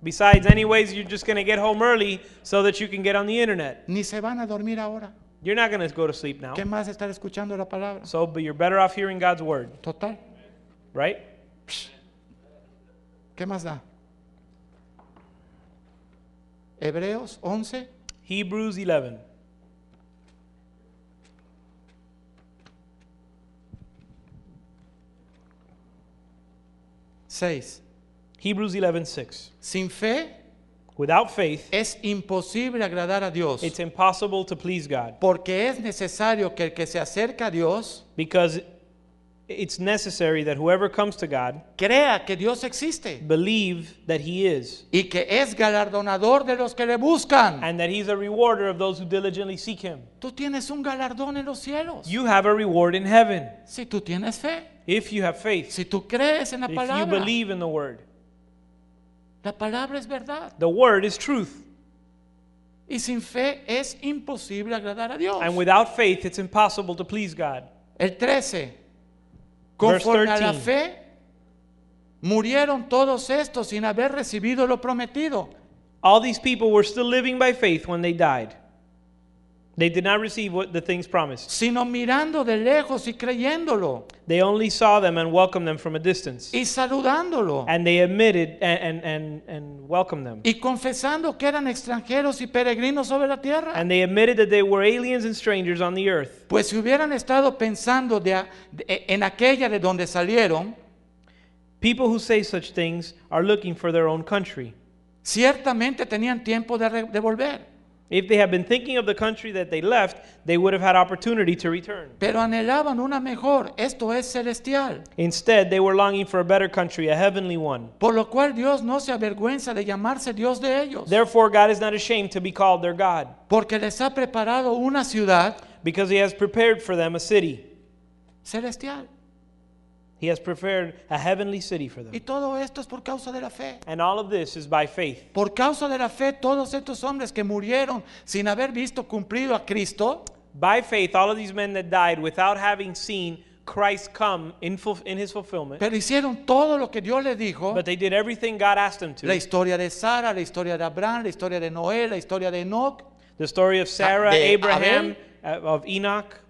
Speaker 2: besides, anyways, you're just going to get home early so that you can get on the internet.
Speaker 1: ni se van a dormir ahora.
Speaker 2: You're not going to go to sleep now.
Speaker 1: ¿Qué más estar escuchando la palabra?
Speaker 2: So, but you're better off hearing God's word,
Speaker 1: Total,
Speaker 2: right?
Speaker 1: ¿qué más da? Hebreos 11,
Speaker 2: Hebrews 11.
Speaker 1: Seis.
Speaker 2: Hebrews 11, 6.
Speaker 1: Sin fe
Speaker 2: Without faith,
Speaker 1: es imposible agradar a Dios,
Speaker 2: It's impossible to please God
Speaker 1: porque es necesario que el que se acerca a Dios
Speaker 2: because it's necessary that whoever comes to God
Speaker 1: crea que Dios existe
Speaker 2: believe that he is
Speaker 1: y que es galardonador de los que le buscan.
Speaker 2: and that he's a rewarder of those who diligently seek him.
Speaker 1: Tú tienes un galardón en los cielos.
Speaker 2: You have a reward in heaven
Speaker 1: Si tú tienes fe,
Speaker 2: If you have faith,
Speaker 1: Si tú crees en la
Speaker 2: if you
Speaker 1: palabra,
Speaker 2: believe in the word,
Speaker 1: la palabra es verdad.
Speaker 2: the word is truth.
Speaker 1: Y sin fe es imposible agradar a Dios.
Speaker 2: And without faith, it's impossible to please God.
Speaker 1: El 13. Conforme a la
Speaker 2: 13.
Speaker 1: fe, murieron todos estos sin haber recibido lo prometido.
Speaker 2: All these people were still living by faith when they died. They did not receive what the things promised.
Speaker 1: sino mirando de lejos y creyéndolo
Speaker 2: They only saw them and welcomed them from a distance.
Speaker 1: y saludándolo
Speaker 2: And they admitted and, and, and, and welcomed them.
Speaker 1: y confesando que eran extranjeros y peregrinos sobre la tierra.
Speaker 2: And they admitted that they were aliens and strangers on the earth.
Speaker 1: Pues si hubieran estado pensando de a- de- en aquella de donde salieron,
Speaker 2: People who say such things are looking for their own country.
Speaker 1: ciertamente tenían tiempo de, re- de volver,
Speaker 2: If they had been thinking of the country that they left, they would have had opportunity to return.
Speaker 1: pero anhelaban una mejor, esto es celestial.
Speaker 2: Instead, they were longing for a better country, a heavenly one.
Speaker 1: Por lo cual Dios no se avergüenza de llamarse Dios de ellos,
Speaker 2: Therefore, God is not ashamed to be called their God,
Speaker 1: porque les ha preparado una ciudad
Speaker 2: because He has prepared for them a city.
Speaker 1: celestial.
Speaker 2: He has prepared a heavenly city for
Speaker 1: Y
Speaker 2: them.
Speaker 1: todo esto es por causa de la fe.
Speaker 2: And all of this is by faith.
Speaker 1: Por causa de la fe, todos estos hombres que murieron sin haber visto cumplido a Cristo,
Speaker 2: By faith, all of these men that died without having seen Christ come in, ful- in His fulfillment,
Speaker 1: pero hicieron todo lo que Dios les dijo.
Speaker 2: but they did everything God asked them
Speaker 1: La
Speaker 2: to.
Speaker 1: historia de Sara, la historia de Abraham, la historia de Noé, la historia de Enoch.
Speaker 2: The story of Sarah,
Speaker 1: de
Speaker 2: Abraham, uh, of Enoch.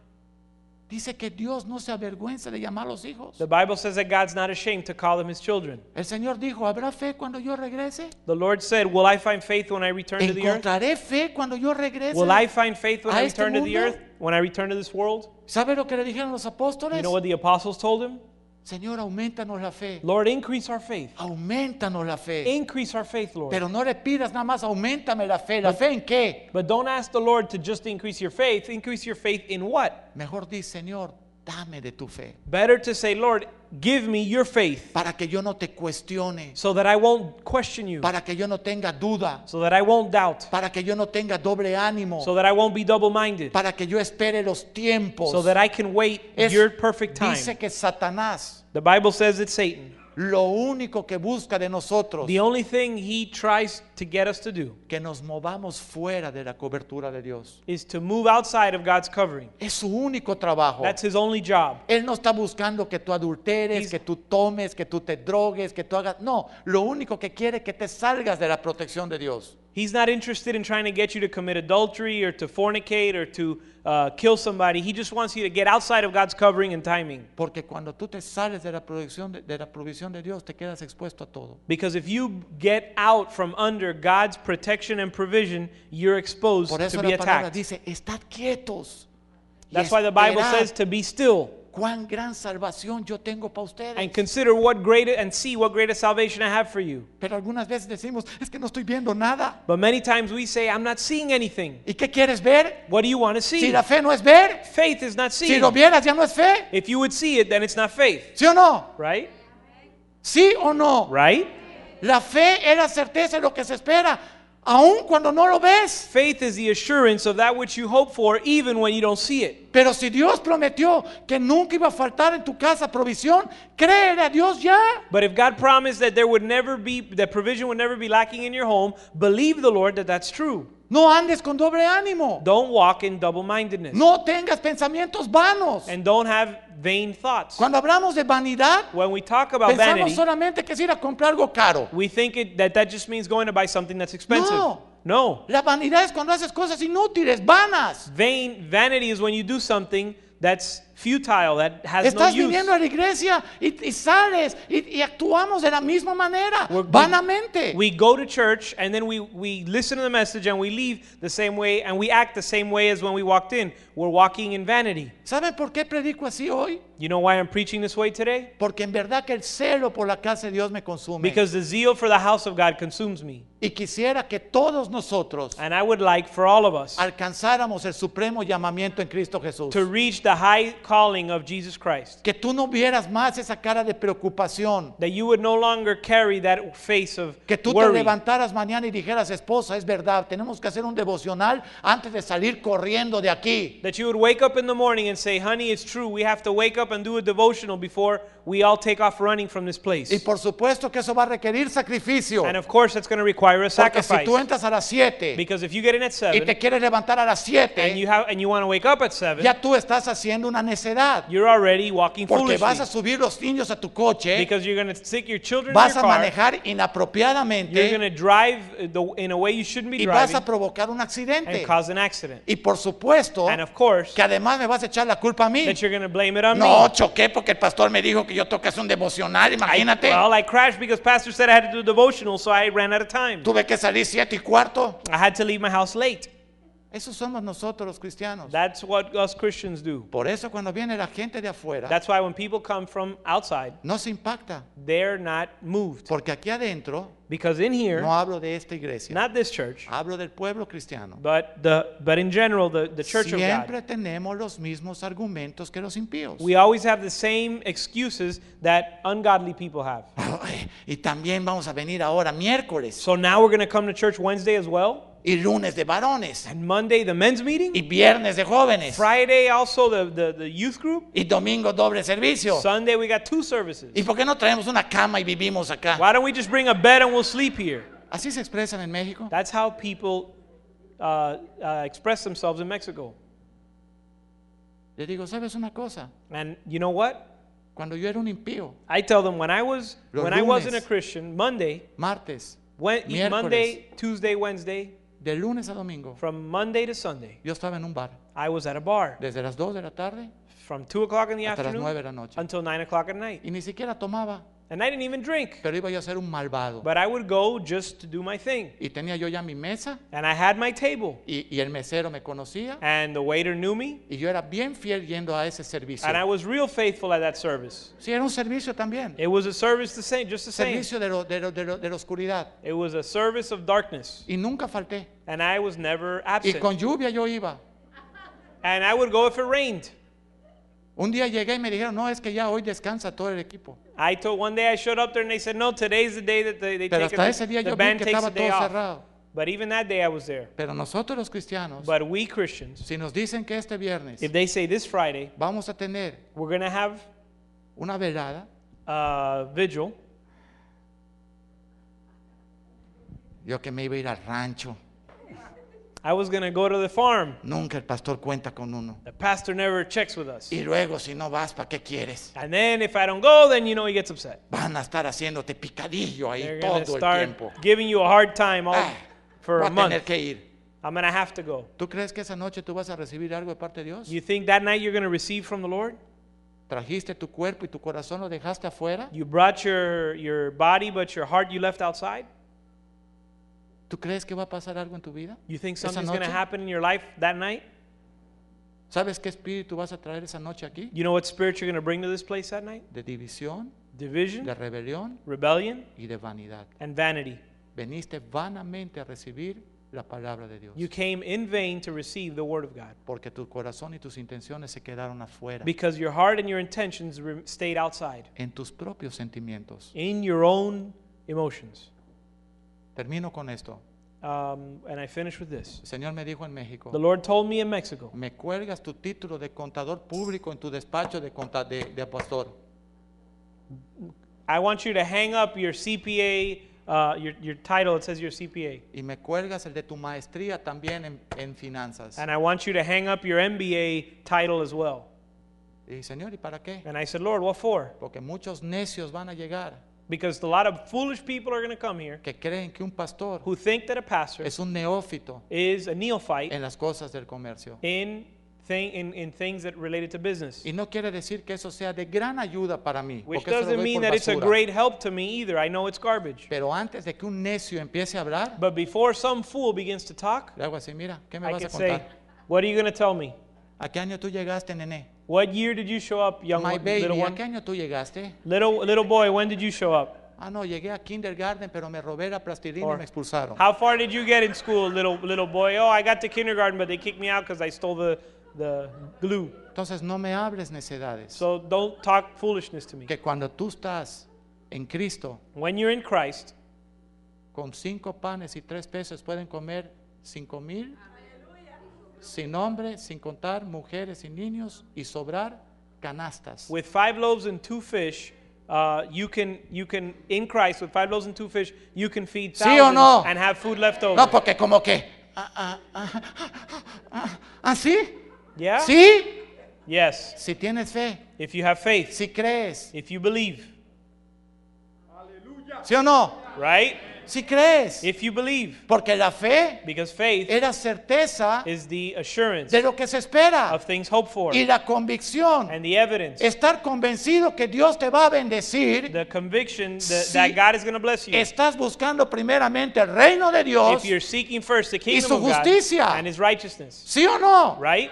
Speaker 1: Dice que Dios no se avergüenza de llamar a los hijos.
Speaker 2: The Bible says that God's not ashamed to call them His children.
Speaker 1: El Señor dijo, ¿habrá fe cuando yo regrese?
Speaker 2: The Lord said, Will I find faith when I return to the earth?
Speaker 1: ¿Encontraré fe cuando yo regrese?
Speaker 2: Will I find faith when
Speaker 1: a
Speaker 2: I
Speaker 1: este
Speaker 2: return to the
Speaker 1: mundo?
Speaker 2: earth? When I return to this world?
Speaker 1: ¿Sabe lo que le dijeron los apóstoles?
Speaker 2: You know what the apostles told him?
Speaker 1: Señor, aumentanos la fe.
Speaker 2: Lord, increase our faith.
Speaker 1: Aumentanos la fe.
Speaker 2: Increase our faith, Lord.
Speaker 1: Pero no le pidas nada más, aumentame la fe. ¿La fe en qué?
Speaker 2: But don't ask the Lord to just increase your faith. Increase your faith in what?
Speaker 1: Mejor di, Señor, dame de tu fe,
Speaker 2: Better to say, Lord, give me your faith
Speaker 1: para que yo no te cuestione,
Speaker 2: so that I won't question you,
Speaker 1: para que yo no tenga duda,
Speaker 2: so that I won't doubt,
Speaker 1: para que yo no tenga doble ánimo,
Speaker 2: so that I won't be double minded,
Speaker 1: para que yo espere los tiempos.
Speaker 2: so that I can wait
Speaker 1: Es-
Speaker 2: your perfect time.
Speaker 1: dice que Satanás,
Speaker 2: The Bible says it's Satan.
Speaker 1: lo único que busca de nosotros,
Speaker 2: The only thing he tries to get us to do
Speaker 1: que nos movamos fuera de la cobertura de Dios.
Speaker 2: is to move outside of God's covering.
Speaker 1: Es su único trabajo.
Speaker 2: That's his only job.
Speaker 1: Él no está buscando que tú adulteres,
Speaker 2: He's-
Speaker 1: que tú tomes, que tú te drogues, que tú hagas... No, lo único que quiere es que te salgas de la protección de Dios.
Speaker 2: He's not interested in trying to get you to commit adultery or to fornicate or to uh, kill somebody. He just wants you to get outside of God's covering and timing.
Speaker 1: Porque cuando tú te sales de la provisión de, de la provisión de Dios, te quedas expuesto a todo.
Speaker 2: Because if you get out from under God's protection and provision, you're exposed
Speaker 1: Por
Speaker 2: to
Speaker 1: eso
Speaker 2: be
Speaker 1: la palabra
Speaker 2: attacked.
Speaker 1: dice, estad quietos. y
Speaker 2: That's why the Bible
Speaker 1: esperad
Speaker 2: says to be still
Speaker 1: cuán gran salvación yo tengo para ustedes.
Speaker 2: and consider what great and see what greater salvation I have for you.
Speaker 1: Pero algunas veces decimos, es que no estoy viendo nada.
Speaker 2: But many times we say, I'm not seeing anything.
Speaker 1: ¿Y qué quieres ver?
Speaker 2: What do you want to
Speaker 1: Si
Speaker 2: see?
Speaker 1: la fe no es ver,
Speaker 2: Faith is not
Speaker 1: si
Speaker 2: seeing.
Speaker 1: lo vieras ya no es fe.
Speaker 2: If you would see it, then it's not faith.
Speaker 1: ¿Sí o no?
Speaker 2: Right?
Speaker 1: ¿Sí o no?
Speaker 2: Right?
Speaker 1: La fe es la certeza de lo que se espera, aun cuando no lo ves.
Speaker 2: Faith is the assurance of that which you hope for even when you don't see it.
Speaker 1: Pero si Dios prometió que nunca iba a faltar en tu casa provisión, créele a Dios ya.
Speaker 2: But if God promised that there would never be that provision would never be lacking in your home, believe the Lord that that's true.
Speaker 1: No andes con doble ánimo.
Speaker 2: Don't walk in double-mindedness
Speaker 1: No tengas pensamientos vanos.
Speaker 2: and don't have vain thoughts.
Speaker 1: Cuando hablamos de vanidad,
Speaker 2: When we talk about
Speaker 1: pensamos
Speaker 2: vanity,
Speaker 1: solamente que es ir a comprar algo caro.
Speaker 2: we think it, that that just means going to buy something that's expensive.
Speaker 1: No.
Speaker 2: No.
Speaker 1: La vanidad es cuando haces cosas inútiles, vanas.
Speaker 2: Vain vanity is when you do something that's futile that has no
Speaker 1: Estás
Speaker 2: use.
Speaker 1: viniendo a la iglesia y, y sales y, y actuamos de la misma manera,
Speaker 2: We're- we-
Speaker 1: vanamente.
Speaker 2: We go to church and then we, we listen to the message and we leave the same way and we act the same way as when we walked in. We're walking in vanity.
Speaker 1: ¿Saben por qué predico así hoy?
Speaker 2: You know why I'm preaching this way today?
Speaker 1: Porque en verdad que el celo por la casa de Dios me consume.
Speaker 2: Because the zeal for the house of God consumes me.
Speaker 1: y quisiera que todos nosotros
Speaker 2: And I would like for all of us
Speaker 1: alcanzáramos el supremo llamamiento en Cristo Jesús.
Speaker 2: to reach the high calling of Jesus Christ.
Speaker 1: Que tú no vieras más esa cara de preocupación.
Speaker 2: That you would no longer carry that face of
Speaker 1: Que tú te
Speaker 2: worry.
Speaker 1: levantaras mañana y dijeras, esposa, es verdad, tenemos que hacer un devocional antes de salir corriendo de aquí.
Speaker 2: That you would wake up in the morning and say, honey, it's true. We have to wake up and do a devotional before we all take off running from this place.
Speaker 1: Y por supuesto que eso va a requerir sacrificio.
Speaker 2: And of course, that's going to require a
Speaker 1: Porque si
Speaker 2: sacrifice.
Speaker 1: tú entras a las 7
Speaker 2: Because if you get in at
Speaker 1: y
Speaker 2: 7
Speaker 1: te quieres levantar a las
Speaker 2: and
Speaker 1: 7,
Speaker 2: you, have, and you want to wake up at 7,
Speaker 1: ya tú estás haciendo una necedad.
Speaker 2: you're already walking
Speaker 1: Porque
Speaker 2: foolishly.
Speaker 1: vas a subir los niños a tu coche,
Speaker 2: Because you're going to stick your children in
Speaker 1: vas
Speaker 2: your
Speaker 1: a
Speaker 2: car.
Speaker 1: manejar
Speaker 2: You're going
Speaker 1: inapropiadamente
Speaker 2: to drive the, in a way you shouldn't be
Speaker 1: y vas
Speaker 2: driving
Speaker 1: a provocar un accidente.
Speaker 2: and cause an accident.
Speaker 1: Y por supuesto
Speaker 2: And of course,
Speaker 1: que además me vas a echar la culpa a mí.
Speaker 2: that you're going to blame it on
Speaker 1: No,
Speaker 2: me.
Speaker 1: choqué porque el pastor me dijo que yo tengo que hacer un devocional, imagínate.
Speaker 2: Well, I crashed because pastor said I had to do devotional, so I ran out of time.
Speaker 1: Tuve que salir siete y cuarto.
Speaker 2: I had to leave my house late.
Speaker 1: Esos somos nosotros los cristianos.
Speaker 2: That's what us Christians do.
Speaker 1: Por eso cuando viene la gente de afuera,
Speaker 2: That's why when people come from outside,
Speaker 1: no se impacta.
Speaker 2: they're not moved.
Speaker 1: Porque aquí adentro,
Speaker 2: Because in here,
Speaker 1: no hablo de esta iglesia,
Speaker 2: not this church,
Speaker 1: hablo del pueblo cristiano.
Speaker 2: but the but in general, the, the church of God,
Speaker 1: Siempre tenemos los mismos argumentos que los impíos.
Speaker 2: we always have the same excuses that ungodly people have.
Speaker 1: Ay, Y también vamos a venir ahora miércoles
Speaker 2: So now we're going to come to church Wednesday as well,
Speaker 1: y lunes de varones
Speaker 2: and Monday the men's
Speaker 1: y
Speaker 2: meeting,
Speaker 1: viernes de jóvenes
Speaker 2: Friday also the, the, the youth group,
Speaker 1: y domingo doble servicio.
Speaker 2: Sunday we got two services.
Speaker 1: ¿Y por qué no traemos una cama y vivimos acá?
Speaker 2: Why don't we just bring a bed and we'll sleep here?
Speaker 1: Así se expresan en México.
Speaker 2: That's how people uh, uh, express themselves in Mexico.
Speaker 1: Le digo, ¿sabes una cosa?
Speaker 2: And you know what?
Speaker 1: Cuando yo era un impío,
Speaker 2: I tell them when I was
Speaker 1: Los
Speaker 2: when I wasn't a
Speaker 1: lunes.
Speaker 2: Christian, Monday,
Speaker 1: martes,
Speaker 2: when,
Speaker 1: Miércoles.
Speaker 2: Monday, Tuesday, Wednesday,
Speaker 1: de lunes a domingo,
Speaker 2: from Monday to Sunday,
Speaker 1: yo estaba en un bar
Speaker 2: I was at a bar
Speaker 1: desde las 2 de la tarde
Speaker 2: from two o'clock in the
Speaker 1: hasta las 9 de
Speaker 2: afternoon
Speaker 1: la noche.
Speaker 2: until nine o'clock at night,
Speaker 1: Y ni siquiera tomaba,
Speaker 2: and I didn't even drink.
Speaker 1: pero iba yo a ser un malvado.
Speaker 2: But I would go just to do my thing,
Speaker 1: Y tenía yo ya mi mesa
Speaker 2: and I had my table,
Speaker 1: y, y el mesero me conocía
Speaker 2: and the waiter knew me,
Speaker 1: y yo era bien fiel yendo a ese servicio.
Speaker 2: and I was real faithful at that service.
Speaker 1: Sí, era un servicio también.
Speaker 2: It was a service the same, just the same.
Speaker 1: Servicio de, lo- de lo- de lo- de la oscuridad.
Speaker 2: It was a service of darkness,
Speaker 1: Y nunca falté.
Speaker 2: and I was never
Speaker 1: Y
Speaker 2: absent.
Speaker 1: con lluvia yo iba.
Speaker 2: And I would go if it rained.
Speaker 1: Un día llegué y me dijeron, no, es que ya hoy descansa todo el equipo.
Speaker 2: I told one day I showed up there and they said, no, today's the day that they, they
Speaker 1: Pero
Speaker 2: take
Speaker 1: hasta
Speaker 2: a,
Speaker 1: ese día
Speaker 2: the
Speaker 1: yo vi
Speaker 2: band
Speaker 1: que
Speaker 2: takes a
Speaker 1: estaba
Speaker 2: day
Speaker 1: todo
Speaker 2: off.
Speaker 1: cerrado.
Speaker 2: But even that day I was there.
Speaker 1: Pero nosotros los cristianos,
Speaker 2: But we Christians,
Speaker 1: si nos dicen que este viernes
Speaker 2: if they say this Friday
Speaker 1: vamos a tener
Speaker 2: we're gonna have
Speaker 1: una velada,
Speaker 2: a vigil,
Speaker 1: yo que me iba a ir al rancho,
Speaker 2: I was gonna go to the farm.
Speaker 1: nunca el pastor cuenta con uno.
Speaker 2: The pastor never checks with us.
Speaker 1: Y luego si no vas, ¿para qué quieres?
Speaker 2: And then if I don't go, then you know he gets upset.
Speaker 1: Van a estar haciéndote picadillo ahí
Speaker 2: They're gonna
Speaker 1: todo el
Speaker 2: start
Speaker 1: tiempo.
Speaker 2: giving you a hard time all,
Speaker 1: Ah,
Speaker 2: for
Speaker 1: voy
Speaker 2: a
Speaker 1: a tener
Speaker 2: month.
Speaker 1: que ir.
Speaker 2: I'm gonna have to go.
Speaker 1: ¿Tú crees que esa noche tú vas a recibir algo de parte de Dios?
Speaker 2: You think that night you're gonna receive from the Lord?
Speaker 1: Trajiste tu cuerpo y tu corazón lo dejaste afuera.
Speaker 2: You brought your your body, but your heart you left outside?
Speaker 1: ¿Tú crees que va a pasar algo en tu vida?
Speaker 2: You think
Speaker 1: esa
Speaker 2: something's going to
Speaker 1: noche?
Speaker 2: happen in your life that night?
Speaker 1: ¿Sabes qué espíritu vas a traer esa noche aquí?
Speaker 2: You know what spirit you're going to bring to this place that night?
Speaker 1: De división,
Speaker 2: Division,
Speaker 1: de rebelión
Speaker 2: rebellion,
Speaker 1: y de vanidad.
Speaker 2: and vanity.
Speaker 1: Veniste vanamente a recibir la palabra de Dios.
Speaker 2: You came in vain to receive the word of God
Speaker 1: Porque tu corazón y tus intenciones se quedaron afuera.
Speaker 2: because your heart and your intentions re- stayed outside
Speaker 1: En tus propios sentimientos.
Speaker 2: in your own emotions.
Speaker 1: Termino con esto.
Speaker 2: Um, and I finish with this.
Speaker 1: El Señor me dijo en México.
Speaker 2: The Lord told me in Mexico,
Speaker 1: Me cuelgas tu título de contador público en tu despacho de, conta- de, de pastor.
Speaker 2: I want you to hang up your CPA, uh, your, your title, it says your CPA.
Speaker 1: Y me cuelgas el de tu maestría también en, en finanzas.
Speaker 2: And I want you to hang up your MBA title as well.
Speaker 1: Y Señor, ¿y para qué?
Speaker 2: And I said, Lord, what for?
Speaker 1: Porque muchos necios van a llegar
Speaker 2: Because a lot of foolish people are going to come here
Speaker 1: que creen que un pastor
Speaker 2: who think that a pastor
Speaker 1: es un neófito
Speaker 2: is a neophyte
Speaker 1: en las cosas del comercio.
Speaker 2: in, thing, in, in things that related to business.
Speaker 1: Y no quiere decir que eso sea de gran ayuda para mí.
Speaker 2: Which
Speaker 1: porque eso lo
Speaker 2: doesn't
Speaker 1: doy
Speaker 2: mean
Speaker 1: por
Speaker 2: that it's a
Speaker 1: basura.
Speaker 2: great help to me either. I know it's garbage.
Speaker 1: Pero antes de que un necio empiece a hablar,
Speaker 2: But before some fool begins to talk,
Speaker 1: le hago así, mira, ¿qué me
Speaker 2: I
Speaker 1: vas a
Speaker 2: can say,
Speaker 1: contar?
Speaker 2: What are you going to tell me?
Speaker 1: ¿A qué año tú llegaste, nené?
Speaker 2: What year did you show up, young
Speaker 1: My
Speaker 2: one, little
Speaker 1: baby, ¿a
Speaker 2: one?
Speaker 1: qué año tú llegaste?
Speaker 2: Little, little boy, when did you show up?
Speaker 1: Ah, no, llegué a kindergarten, pero me robé la plastilina
Speaker 2: Or-
Speaker 1: y me expulsaron.
Speaker 2: How far did you get in school, little, little boy? Oh, I got to kindergarten, but they kicked me out because I stole the, the glue.
Speaker 1: Entonces no me hables necedades.
Speaker 2: So don't talk foolishness to me.
Speaker 1: que cuando tú estás en Cristo,
Speaker 2: When you're in Christ,
Speaker 1: con cinco panes y tres peces pueden comer cinco mil, sin hombre, sin contar mujeres y niños, y sobrar canastas.
Speaker 2: with five loaves and two fish, uh, you can you can in Christ with five loaves and two fish, you can feed
Speaker 1: Sí o
Speaker 2: thousands
Speaker 1: no?
Speaker 2: and have food left over.
Speaker 1: No, porque como que... ah, ah, ah, ah, ah, ah, ¿sí?
Speaker 2: yeah.
Speaker 1: ¿Sí?
Speaker 2: Yes.
Speaker 1: Si tienes fe,
Speaker 2: If you have faith,
Speaker 1: si crees,
Speaker 2: if you believe,
Speaker 1: ¿sí o no?
Speaker 2: right?
Speaker 1: Si crees.
Speaker 2: If you believe,
Speaker 1: Porque la fe
Speaker 2: because faith
Speaker 1: es la certeza
Speaker 2: is the assurance
Speaker 1: de lo que se espera
Speaker 2: of things hoped for
Speaker 1: y la convicción.
Speaker 2: and the evidence,
Speaker 1: Estar convencido que Dios te va a bendecir.
Speaker 2: the conviction that,
Speaker 1: Si-
Speaker 2: that God is going to bless you.
Speaker 1: Estás buscando primeramente el reino de Dios.
Speaker 2: If you're seeking first the kingdom
Speaker 1: su
Speaker 2: of God
Speaker 1: justicia.
Speaker 2: and His righteousness,
Speaker 1: ¿Sí o no?
Speaker 2: right,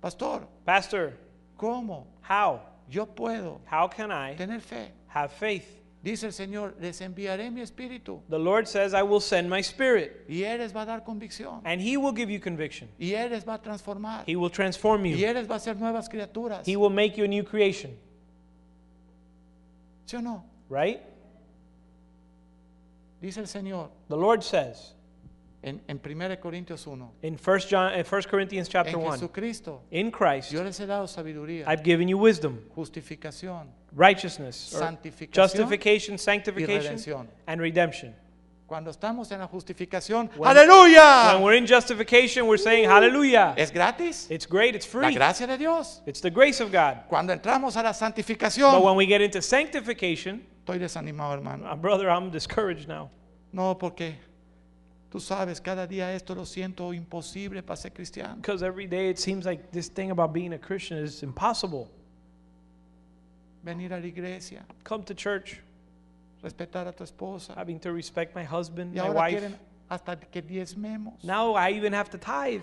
Speaker 1: Pastor,
Speaker 2: Pastor?
Speaker 1: ¿cómo
Speaker 2: How?
Speaker 1: yo puedo
Speaker 2: How can I
Speaker 1: tener fe?
Speaker 2: have faith?
Speaker 1: Dice el Señor, les enviaré mi espíritu
Speaker 2: The Lord says, I will send my spirit,
Speaker 1: y Él les va a dar convicción.
Speaker 2: and he will give you conviction.
Speaker 1: Y Él les va a transformar.
Speaker 2: He will transform
Speaker 1: Y
Speaker 2: you.
Speaker 1: Él les va a hacer nuevas criaturas.
Speaker 2: He will make you a new creation,
Speaker 1: ¿Sí o no?
Speaker 2: right?
Speaker 1: Dice el Señor
Speaker 2: The Lord says
Speaker 1: en, en 1 Corintios 1.
Speaker 2: in 1 John in 1 Corinthians chapter
Speaker 1: En
Speaker 2: 1,
Speaker 1: Jesucristo
Speaker 2: in Christ
Speaker 1: yo les he dado sabiduría,
Speaker 2: I've given you wisdom,
Speaker 1: justificación.
Speaker 2: righteousness, or
Speaker 1: Santificación
Speaker 2: justification, sanctification
Speaker 1: redención.
Speaker 2: and redemption.
Speaker 1: Cuando estamos en la justificación,
Speaker 2: When- When
Speaker 1: aleluya.
Speaker 2: we're in justification, we're saying hallelujah.
Speaker 1: Ah. Es gratis.
Speaker 2: It's great, it's
Speaker 1: La
Speaker 2: free.
Speaker 1: gracia de Dios.
Speaker 2: It's the grace of God.
Speaker 1: Cuando entramos a la
Speaker 2: But
Speaker 1: santificación,
Speaker 2: when we get into sanctification,
Speaker 1: estoy desanimado, hermano.
Speaker 2: uh, brother, I'm discouraged now.
Speaker 1: No, porque tú sabes, cada día esto lo siento imposible para ser cristiano.
Speaker 2: Because every day it seems like this thing about being a Christian is impossible.
Speaker 1: Venir a la iglesia,
Speaker 2: Come to church,
Speaker 1: respetar a tu esposa.
Speaker 2: having to respect my husband,
Speaker 1: Y
Speaker 2: my
Speaker 1: ahora
Speaker 2: wife.
Speaker 1: quieren hasta que diezmemos.
Speaker 2: Now I even have to tithe.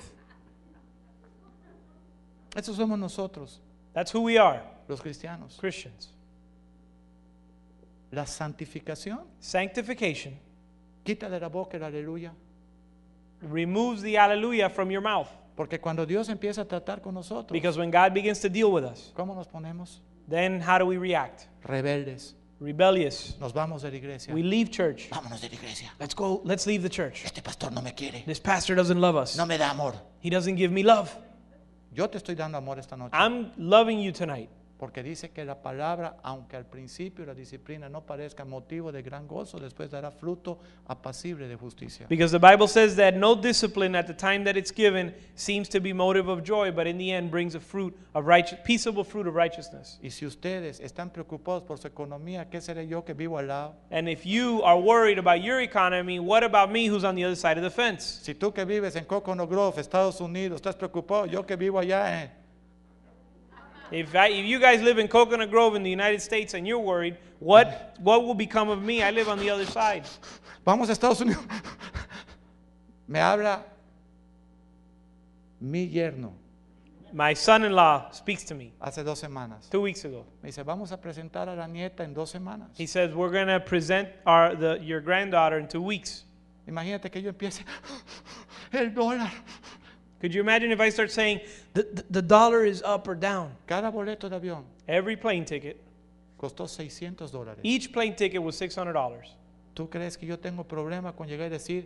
Speaker 1: Eso somos nosotros,
Speaker 2: That's who we are,
Speaker 1: los cristianos.
Speaker 2: Christians.
Speaker 1: La santificación,
Speaker 2: Sanctification
Speaker 1: quítale la boca el aleluya.
Speaker 2: removes the alleluia from your mouth.
Speaker 1: Porque cuando Dios empieza a tratar con nosotros,
Speaker 2: Because when God begins to deal with us,
Speaker 1: ¿cómo nos ponemos?
Speaker 2: then how do we react?
Speaker 1: Rebeldes.
Speaker 2: Rebellious.
Speaker 1: Nos vamos de la iglesia.
Speaker 2: We leave church.
Speaker 1: Vámonos de la iglesia.
Speaker 2: Let's go, let's leave the church.
Speaker 1: Este pastor no me quiere.
Speaker 2: This pastor doesn't love us,
Speaker 1: No me da amor.
Speaker 2: he doesn't give me love.
Speaker 1: Yo te estoy dando amor esta noche.
Speaker 2: I'm loving you tonight.
Speaker 1: Porque dice que la palabra, aunque al principio la disciplina no parezca motivo de gran gozo, después dará fruto apacible de justicia.
Speaker 2: Because the Bible says that no discipline at the time that it's given seems to be motive of joy, but in the end brings a fruit of righteous, peaceable fruit of righteousness.
Speaker 1: Y si ustedes están preocupados por su economía, ¿qué seré yo que vivo al lado?
Speaker 2: And if you are worried about your economy, what about me who's on the other side of the fence?
Speaker 1: Si tú que vives en Coconut Grove, Estados Unidos, estás preocupado, yo que vivo allá, eh,
Speaker 2: If, I, if you guys live in Coconut Grove in the United States and you're worried, what, what will become of me? I live on the other side.
Speaker 1: vamos a Estados Unidos. Me habla mi yerno
Speaker 2: My son in law speaks to me
Speaker 1: hace dos semanas.
Speaker 2: two weeks ago.
Speaker 1: Me dice, vamos a presentar a la nieta en dos semanas.
Speaker 2: He says, We're going to present our, the, your granddaughter in two weeks.
Speaker 1: Imagínate que yo empiece, el dólar.
Speaker 2: Could you imagine if I start saying, the, the, the dollar is up or down?
Speaker 1: Cada boleto de avión
Speaker 2: Every plane ticket,
Speaker 1: costó 600 dólares.
Speaker 2: each plane ticket was $600.
Speaker 1: ¿Tú crees que yo tengo problema con llegar y decir,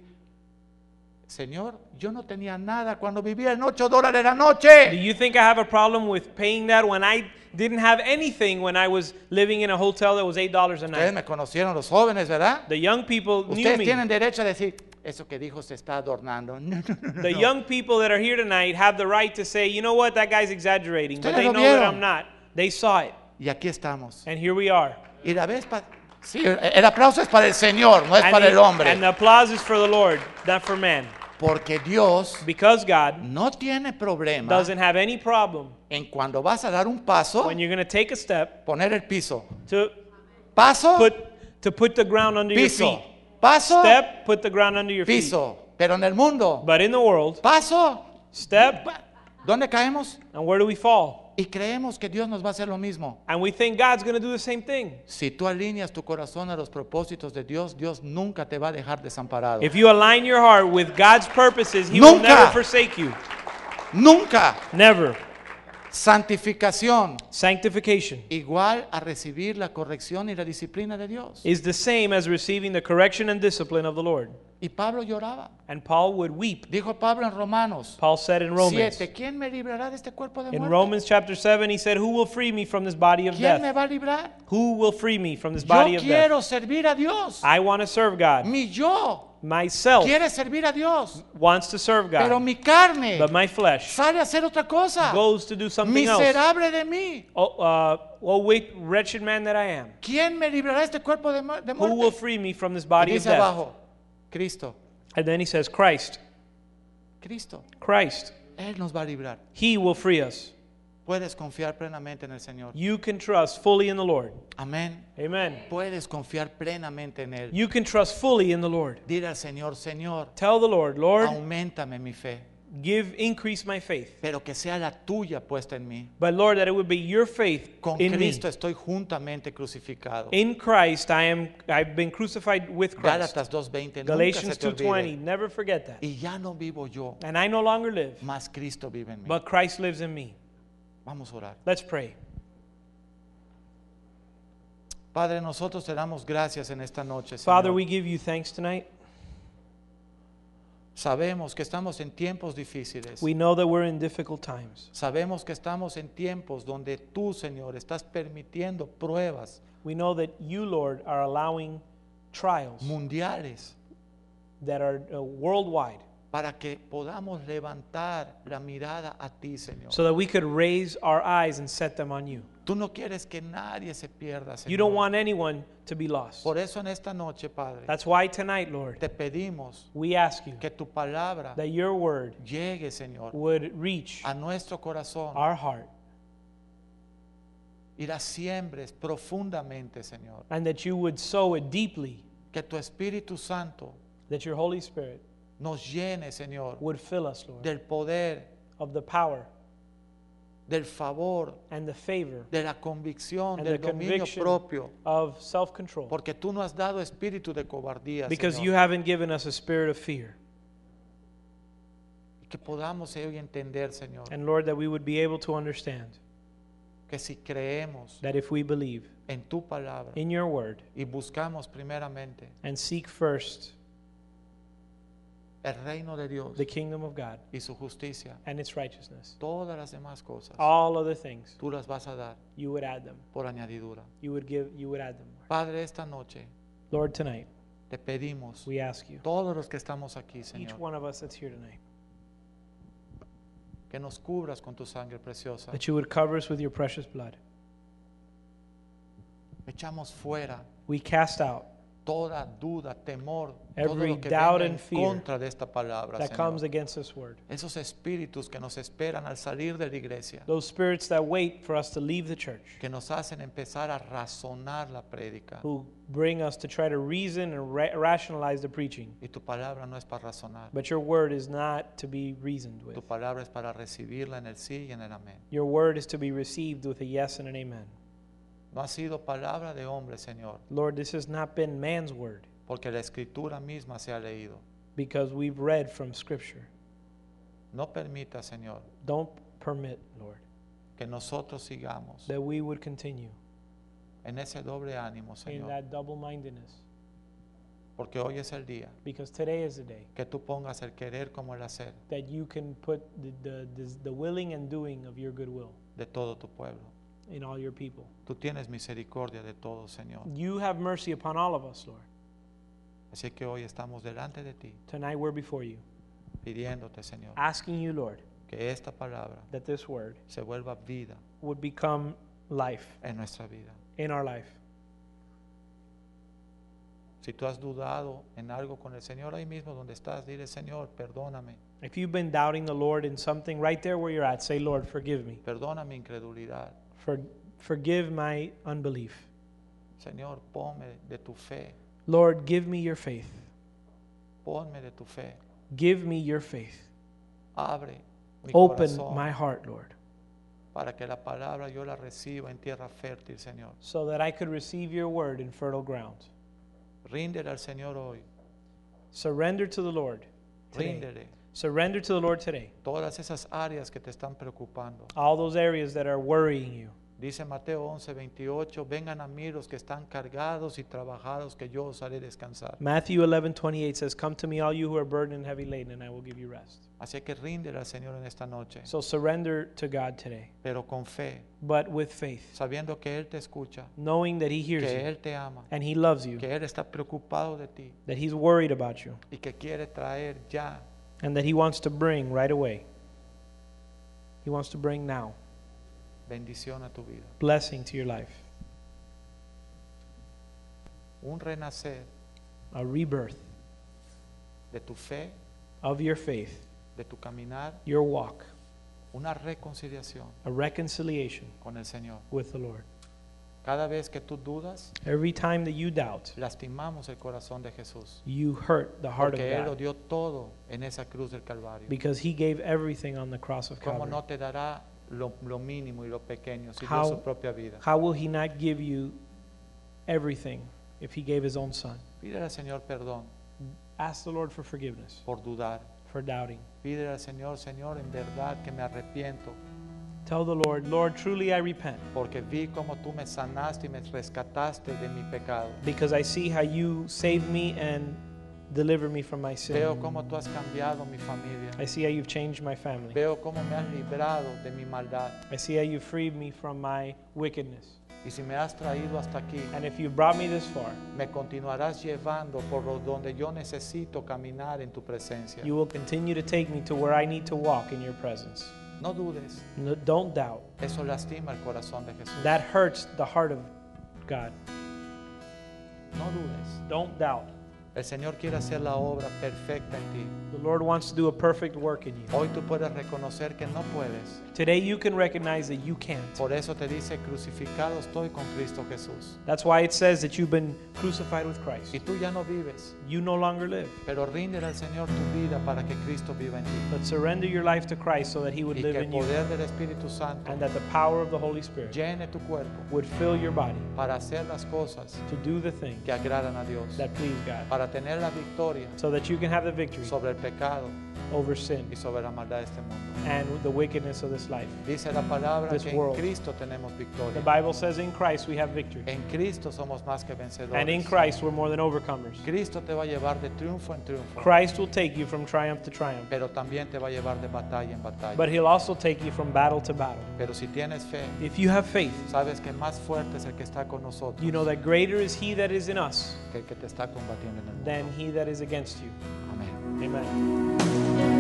Speaker 1: Señor, yo no tenía nada cuando vivía en 8 dólares la
Speaker 2: Do
Speaker 1: noche?
Speaker 2: you think I have a problem with paying that when I didn't have anything when I was living in a hotel that was $8 a
Speaker 1: Ustedes
Speaker 2: night?
Speaker 1: me conocieron los jóvenes, ¿verdad?
Speaker 2: The young people knew
Speaker 1: Ustedes
Speaker 2: me.
Speaker 1: tienen derecho a decir, eso que dijo se está adornando. No, no, no, no,
Speaker 2: The
Speaker 1: no.
Speaker 2: young people that are here tonight have the right to say, you know what, that guy's exaggerating. But
Speaker 1: Ustedes
Speaker 2: they
Speaker 1: lo
Speaker 2: know that
Speaker 1: vieron.
Speaker 2: I'm not. They saw it.
Speaker 1: Y aquí estamos.
Speaker 2: And here we are.
Speaker 1: Y la vez, pa- sí, el aplauso es para el Señor, no es
Speaker 2: And,
Speaker 1: para
Speaker 2: the-
Speaker 1: el hombre.
Speaker 2: and the applause is for the Lord, not for man.
Speaker 1: Porque Dios
Speaker 2: Because God
Speaker 1: no tiene problema
Speaker 2: doesn't have any problem
Speaker 1: en cuando vas a dar un paso,
Speaker 2: when you're going to take a step
Speaker 1: poner el piso.
Speaker 2: to
Speaker 1: Paso,
Speaker 2: put, to put the ground under your
Speaker 1: piso.
Speaker 2: feet.
Speaker 1: Paso,
Speaker 2: Step, put the ground under your feet.
Speaker 1: piso. Pero en el mundo,
Speaker 2: But in the world,
Speaker 1: paso,
Speaker 2: step,
Speaker 1: ¿dónde caemos?
Speaker 2: and where do we fall?
Speaker 1: Y creemos que Dios nos va a hacer lo mismo.
Speaker 2: And we think God's going to do the same thing.
Speaker 1: Si tú alineas tu corazón a los propósitos de Dios, Dios nunca te va a dejar desamparado.
Speaker 2: If you align your heart with God's purposes, He will
Speaker 1: Nunca.
Speaker 2: never forsake you.
Speaker 1: Nunca.
Speaker 2: Never.
Speaker 1: Santificación
Speaker 2: Sanctification
Speaker 1: igual a recibir la corrección y la disciplina de Dios.
Speaker 2: is the same as receiving the correction and discipline of the Lord.
Speaker 1: Y Pablo lloraba.
Speaker 2: And Paul would weep.
Speaker 1: Dijo Pablo en Romanos
Speaker 2: Paul said in Romans,
Speaker 1: 7, ¿quién me librará de este cuerpo de
Speaker 2: in
Speaker 1: muerte?
Speaker 2: Romans chapter 7, he said, Who will free me from this body of
Speaker 1: ¿Quién me
Speaker 2: death?
Speaker 1: va a librar?
Speaker 2: Who will free me from this body
Speaker 1: Yo
Speaker 2: of death? Ah.
Speaker 1: quiero servir a Dios.
Speaker 2: I want to serve God.
Speaker 1: Mi yo
Speaker 2: Myself
Speaker 1: quiere servir a Dios,
Speaker 2: wants to serve
Speaker 1: pero
Speaker 2: God,
Speaker 1: mi carne
Speaker 2: but my flesh
Speaker 1: sale a hacer otra cosa.
Speaker 2: goes to do something else.
Speaker 1: Miserable de mí.
Speaker 2: Oh, uh, oh, wait, wretched man that I am.
Speaker 1: ¿Quién me librará de este cuerpo de, mu- de
Speaker 2: Who will
Speaker 1: muerte?
Speaker 2: free me from this
Speaker 1: Y
Speaker 2: body of
Speaker 1: dice
Speaker 2: death?
Speaker 1: abajo, Cristo,
Speaker 2: And then he says, Christ,
Speaker 1: Cristo,
Speaker 2: Christ,
Speaker 1: Él nos va a librar.
Speaker 2: he will free us.
Speaker 1: Puedes confiar plenamente en el Señor.
Speaker 2: You can trust fully in the Lord.
Speaker 1: Amén.
Speaker 2: Amen.
Speaker 1: Puedes confiar plenamente en Él.
Speaker 2: You can trust fully in the Lord.
Speaker 1: Dile al Señor, Señor,
Speaker 2: Tell the Lord, Lord,
Speaker 1: aumentame mi fe,
Speaker 2: give, increase my faith.
Speaker 1: pero que sea la tuya puesta en mí.
Speaker 2: But Lord, that it would be your faith
Speaker 1: Con
Speaker 2: in me.
Speaker 1: Cristo estoy juntamente crucificado.
Speaker 2: In Christ, I am, I've been crucified with Christ.
Speaker 1: Gálatas 2:20. Nunca se
Speaker 2: Galatians
Speaker 1: te olvide.
Speaker 2: 2.20, never forget that.
Speaker 1: Y ya no vivo yo,
Speaker 2: And I no longer live,
Speaker 1: más Cristo vive en mí.
Speaker 2: but Christ lives in me.
Speaker 1: Vamos a orar.
Speaker 2: Let's pray.
Speaker 1: Padre, nosotros te damos gracias en esta noche.
Speaker 2: Father,
Speaker 1: Señor.
Speaker 2: we give you thanks tonight.
Speaker 1: Sabemos que estamos en tiempos difíciles.
Speaker 2: We know that we're in difficult times.
Speaker 1: Sabemos que estamos en tiempos donde tú, Señor, estás permitiendo pruebas
Speaker 2: We know that you, Lord, are allowing trials
Speaker 1: mundiales
Speaker 2: that are uh, worldwide
Speaker 1: para que podamos levantar la mirada a ti, Señor.
Speaker 2: so that we could raise our eyes and set them on you.
Speaker 1: tú no quieres que nadie se pierda, Señor.
Speaker 2: You don't want anyone to be lost.
Speaker 1: Por eso en esta noche, Padre,
Speaker 2: That's why tonight, Lord,
Speaker 1: te pedimos
Speaker 2: we ask you
Speaker 1: que tu palabra
Speaker 2: that your word
Speaker 1: llegue, Señor,
Speaker 2: would reach
Speaker 1: a nuestro corazón
Speaker 2: our heart
Speaker 1: y la siembres profundamente, Señor.
Speaker 2: and that you would sow it deeply,
Speaker 1: Que tu Espíritu Santo
Speaker 2: that your Holy Spirit
Speaker 1: nos llene, Señor,
Speaker 2: would fill us, Lord,
Speaker 1: del poder,
Speaker 2: of the power
Speaker 1: del favor,
Speaker 2: and the favor
Speaker 1: de la convicción,
Speaker 2: and the
Speaker 1: del dominio
Speaker 2: conviction
Speaker 1: propio,
Speaker 2: of self control
Speaker 1: porque tú no has dado espíritu de cobardía,
Speaker 2: because you
Speaker 1: Señor,
Speaker 2: haven't given us a spirit of fear.
Speaker 1: y que podamos eh, hoy entender, Señor,
Speaker 2: And Lord, that we would be able to understand
Speaker 1: que si creemos
Speaker 2: that if we believe
Speaker 1: en tu palabra
Speaker 2: in your word
Speaker 1: y buscamos primeramente
Speaker 2: and seek first
Speaker 1: el reino de Dios
Speaker 2: the kingdom of God
Speaker 1: y su justicia,
Speaker 2: and its righteousness,
Speaker 1: todas las demás cosas,
Speaker 2: all other things,
Speaker 1: tú las vas a dar
Speaker 2: you would add them.
Speaker 1: por añadidura.
Speaker 2: You would give, you would add them. Lord.
Speaker 1: Padre, esta noche
Speaker 2: Lord, tonight,
Speaker 1: te pedimos,
Speaker 2: we ask you,
Speaker 1: todos los que estamos aquí,
Speaker 2: each
Speaker 1: Señor,
Speaker 2: one of us that's here tonight,
Speaker 1: que nos cubras con tu sangre preciosa.
Speaker 2: that you would cover us with your precious blood.
Speaker 1: Echamos fuera
Speaker 2: We cast out
Speaker 1: toda duda, temor, todo
Speaker 2: Every
Speaker 1: lo que
Speaker 2: doubt
Speaker 1: venga
Speaker 2: and
Speaker 1: en
Speaker 2: fear
Speaker 1: contra de esta palabra,
Speaker 2: that
Speaker 1: Señor.
Speaker 2: comes against this word.
Speaker 1: Esos espíritus que nos esperan al salir de la iglesia,
Speaker 2: Those spirits that wait for us to leave the church,
Speaker 1: que nos hacen empezar a razonar la prédica.
Speaker 2: who bring us to try to reason and ra- rationalize the preaching.
Speaker 1: Y tu palabra no es para razonar,
Speaker 2: But your word is not to be reasoned with.
Speaker 1: tu palabra es para recibirla en el sí y en el amén.
Speaker 2: Your word is to be received with a yes and an amen.
Speaker 1: No ha sido palabra de hombre, Señor,
Speaker 2: Lord, this has not been man's word
Speaker 1: porque la escritura misma se ha leído.
Speaker 2: because we've read from Scripture.
Speaker 1: No permita, Señor,
Speaker 2: Don't permit, Lord,
Speaker 1: que nosotros sigamos
Speaker 2: that we would continue
Speaker 1: en ese doble ánimo,
Speaker 2: in
Speaker 1: Señor,
Speaker 2: that double mindedness
Speaker 1: porque hoy es el día
Speaker 2: because today is the day
Speaker 1: que tú pongas el querer como el hacer
Speaker 2: that you can put the, the, the, the willing and doing of your goodwill
Speaker 1: de todo tu pueblo.
Speaker 2: in all your people.
Speaker 1: Tú tienes misericordia de todo, Señor.
Speaker 2: You have mercy upon all of us, Lord.
Speaker 1: Así que hoy estamos delante de ti,
Speaker 2: Tonight we're before you,
Speaker 1: pidiéndote, Señor,
Speaker 2: asking you, Lord,
Speaker 1: que esta palabra
Speaker 2: that this word
Speaker 1: se vuelva vida
Speaker 2: would become life
Speaker 1: en nuestra vida.
Speaker 2: in our life.
Speaker 1: Si tú has dudado en algo con el Señor ahí mismo donde estás, dile, Señor, perdóname,
Speaker 2: If you've been doubting the Lord in something right there where you're at, say, Lord, forgive me.
Speaker 1: perdona mi incredulidad.
Speaker 2: For, forgive my unbelief.
Speaker 1: Señor, ponme de tu fe,
Speaker 2: Lord, give me your faith.
Speaker 1: ponme de tu fe.
Speaker 2: Give me your faith.
Speaker 1: Abre mi
Speaker 2: Open
Speaker 1: corazón
Speaker 2: my heart, Lord,
Speaker 1: para que la palabra yo la reciba en tierra fértil, Señor.
Speaker 2: so that I could receive your word in fertile ground.
Speaker 1: Ríndele al Señor hoy,
Speaker 2: Surrender to the Lord today.
Speaker 1: ríndele
Speaker 2: Surrender to the Lord today.
Speaker 1: todas esas áreas que te están preocupando.
Speaker 2: All those areas that are worrying you.
Speaker 1: Dice Mateo 11, 28, vengan a mí los que están cargados y trabajados, que yo os haré descansar.
Speaker 2: Matthew 11, 28 says, Come to me, all you who are burdened and heavy laden, and I will give you rest.
Speaker 1: Así que ríndele al Señor en esta noche,
Speaker 2: So surrender to God today,
Speaker 1: pero con fe,
Speaker 2: but with faith,
Speaker 1: sabiendo que Él te escucha,
Speaker 2: knowing that He hears
Speaker 1: que
Speaker 2: you
Speaker 1: Él te ama,
Speaker 2: and He loves you,
Speaker 1: que Él está preocupado de ti
Speaker 2: that He's worried about you,
Speaker 1: y que quiere traer ya
Speaker 2: and that He wants to bring right away. He wants to bring now
Speaker 1: bendición a tu vida.
Speaker 2: blessing to your life,
Speaker 1: Un renacer
Speaker 2: a rebirth
Speaker 1: de tu fe,
Speaker 2: of your faith,
Speaker 1: de tu caminar,
Speaker 2: your walk,
Speaker 1: una reconciliación
Speaker 2: a reconciliation
Speaker 1: con el Señor.
Speaker 2: with the Lord.
Speaker 1: Cada vez que tú dudas,
Speaker 2: Every time that you doubt,
Speaker 1: lastimamos el corazón de Jesús,
Speaker 2: you hurt the heart of
Speaker 1: porque Él lo
Speaker 2: God
Speaker 1: dio todo en esa cruz del Calvario.
Speaker 2: because He gave everything on the cross of
Speaker 1: ¿Cómo
Speaker 2: Calvary.
Speaker 1: no te dará lo, lo mínimo y lo pequeño si dio
Speaker 2: How-
Speaker 1: su propia vida?
Speaker 2: How will he not give you everything if he gave his own son?
Speaker 1: Pídele al Señor perdón
Speaker 2: Ask the Lord for forgiveness,
Speaker 1: por dudar.
Speaker 2: for doubting.
Speaker 1: Pídele al Señor, Señor, en verdad que me arrepiento
Speaker 2: Tell the Lord, Lord, truly I repent
Speaker 1: porque vi cómo tú me sanaste y me rescataste de mi pecado.
Speaker 2: because I see how you saved me and delivered me from my sin.
Speaker 1: Veo cómo tú has cambiado mi familia.
Speaker 2: I see how you've changed my family.
Speaker 1: Veo cómo me has librado de mi maldad.
Speaker 2: I see how you freed me from my wickedness.
Speaker 1: Y si me has traído hasta aquí,
Speaker 2: And if you brought me this far,
Speaker 1: me continuarás llevando por lo- donde yo necesito caminar en tu presencia.
Speaker 2: you will continue to take me to where I need to walk in your presence.
Speaker 1: No dudes,
Speaker 2: No, don't doubt.
Speaker 1: eso lastima el corazón de Jesús.
Speaker 2: That hurts the heart of God.
Speaker 1: No dudes.
Speaker 2: Don't doubt.
Speaker 1: El Señor quiere hacer la obra perfecta en ti.
Speaker 2: The Lord wants to do a perfect work in you.
Speaker 1: Hoy tú puedes reconocer que no puedes.
Speaker 2: Today you can recognize that you can't.
Speaker 1: Por eso te dice, crucificado estoy con Cristo Jesús.
Speaker 2: That's why it says that you've been crucified with Christ.
Speaker 1: Y tú ya no vives,
Speaker 2: You no longer live,
Speaker 1: pero ríndele al Señor tu vida para que Cristo viva en ti.
Speaker 2: but surrender your life to Christ so that He would
Speaker 1: Y que
Speaker 2: live
Speaker 1: el
Speaker 2: in you
Speaker 1: poder del Espíritu Santo
Speaker 2: and that the power of the Holy Spirit
Speaker 1: llene tu cuerpo
Speaker 2: would fill your body
Speaker 1: para hacer las cosas
Speaker 2: to do the things
Speaker 1: que agradan a Dios,
Speaker 2: that please God
Speaker 1: para tener la victoria
Speaker 2: so that you can have the victory
Speaker 1: sobre el pecado
Speaker 2: over sin
Speaker 1: y sobre la maldad de este mundo.
Speaker 2: and the wickedness of this life.
Speaker 1: Dice la palabra
Speaker 2: This
Speaker 1: que en
Speaker 2: world.
Speaker 1: Cristo tenemos
Speaker 2: The
Speaker 1: victoria.
Speaker 2: Bible says in Christ we have victory,
Speaker 1: En Cristo somos más que
Speaker 2: and in
Speaker 1: vencedores.
Speaker 2: Christ we're more than overcomers.
Speaker 1: Cristo te va a llevar de triunfo en triunfo,
Speaker 2: Christ will take you from triumph to triumph,
Speaker 1: pero también te va a llevar de batalla en batalla.
Speaker 2: but He'll also take you from battle to battle.
Speaker 1: Pero si tienes fe,
Speaker 2: If you have faith,
Speaker 1: sabes que más fuerte es el que está con nosotros
Speaker 2: you know that greater is He that is in us
Speaker 1: que el que te está combatiendo en el mundo.
Speaker 2: than he that is against you.
Speaker 1: Amén.
Speaker 2: Amen.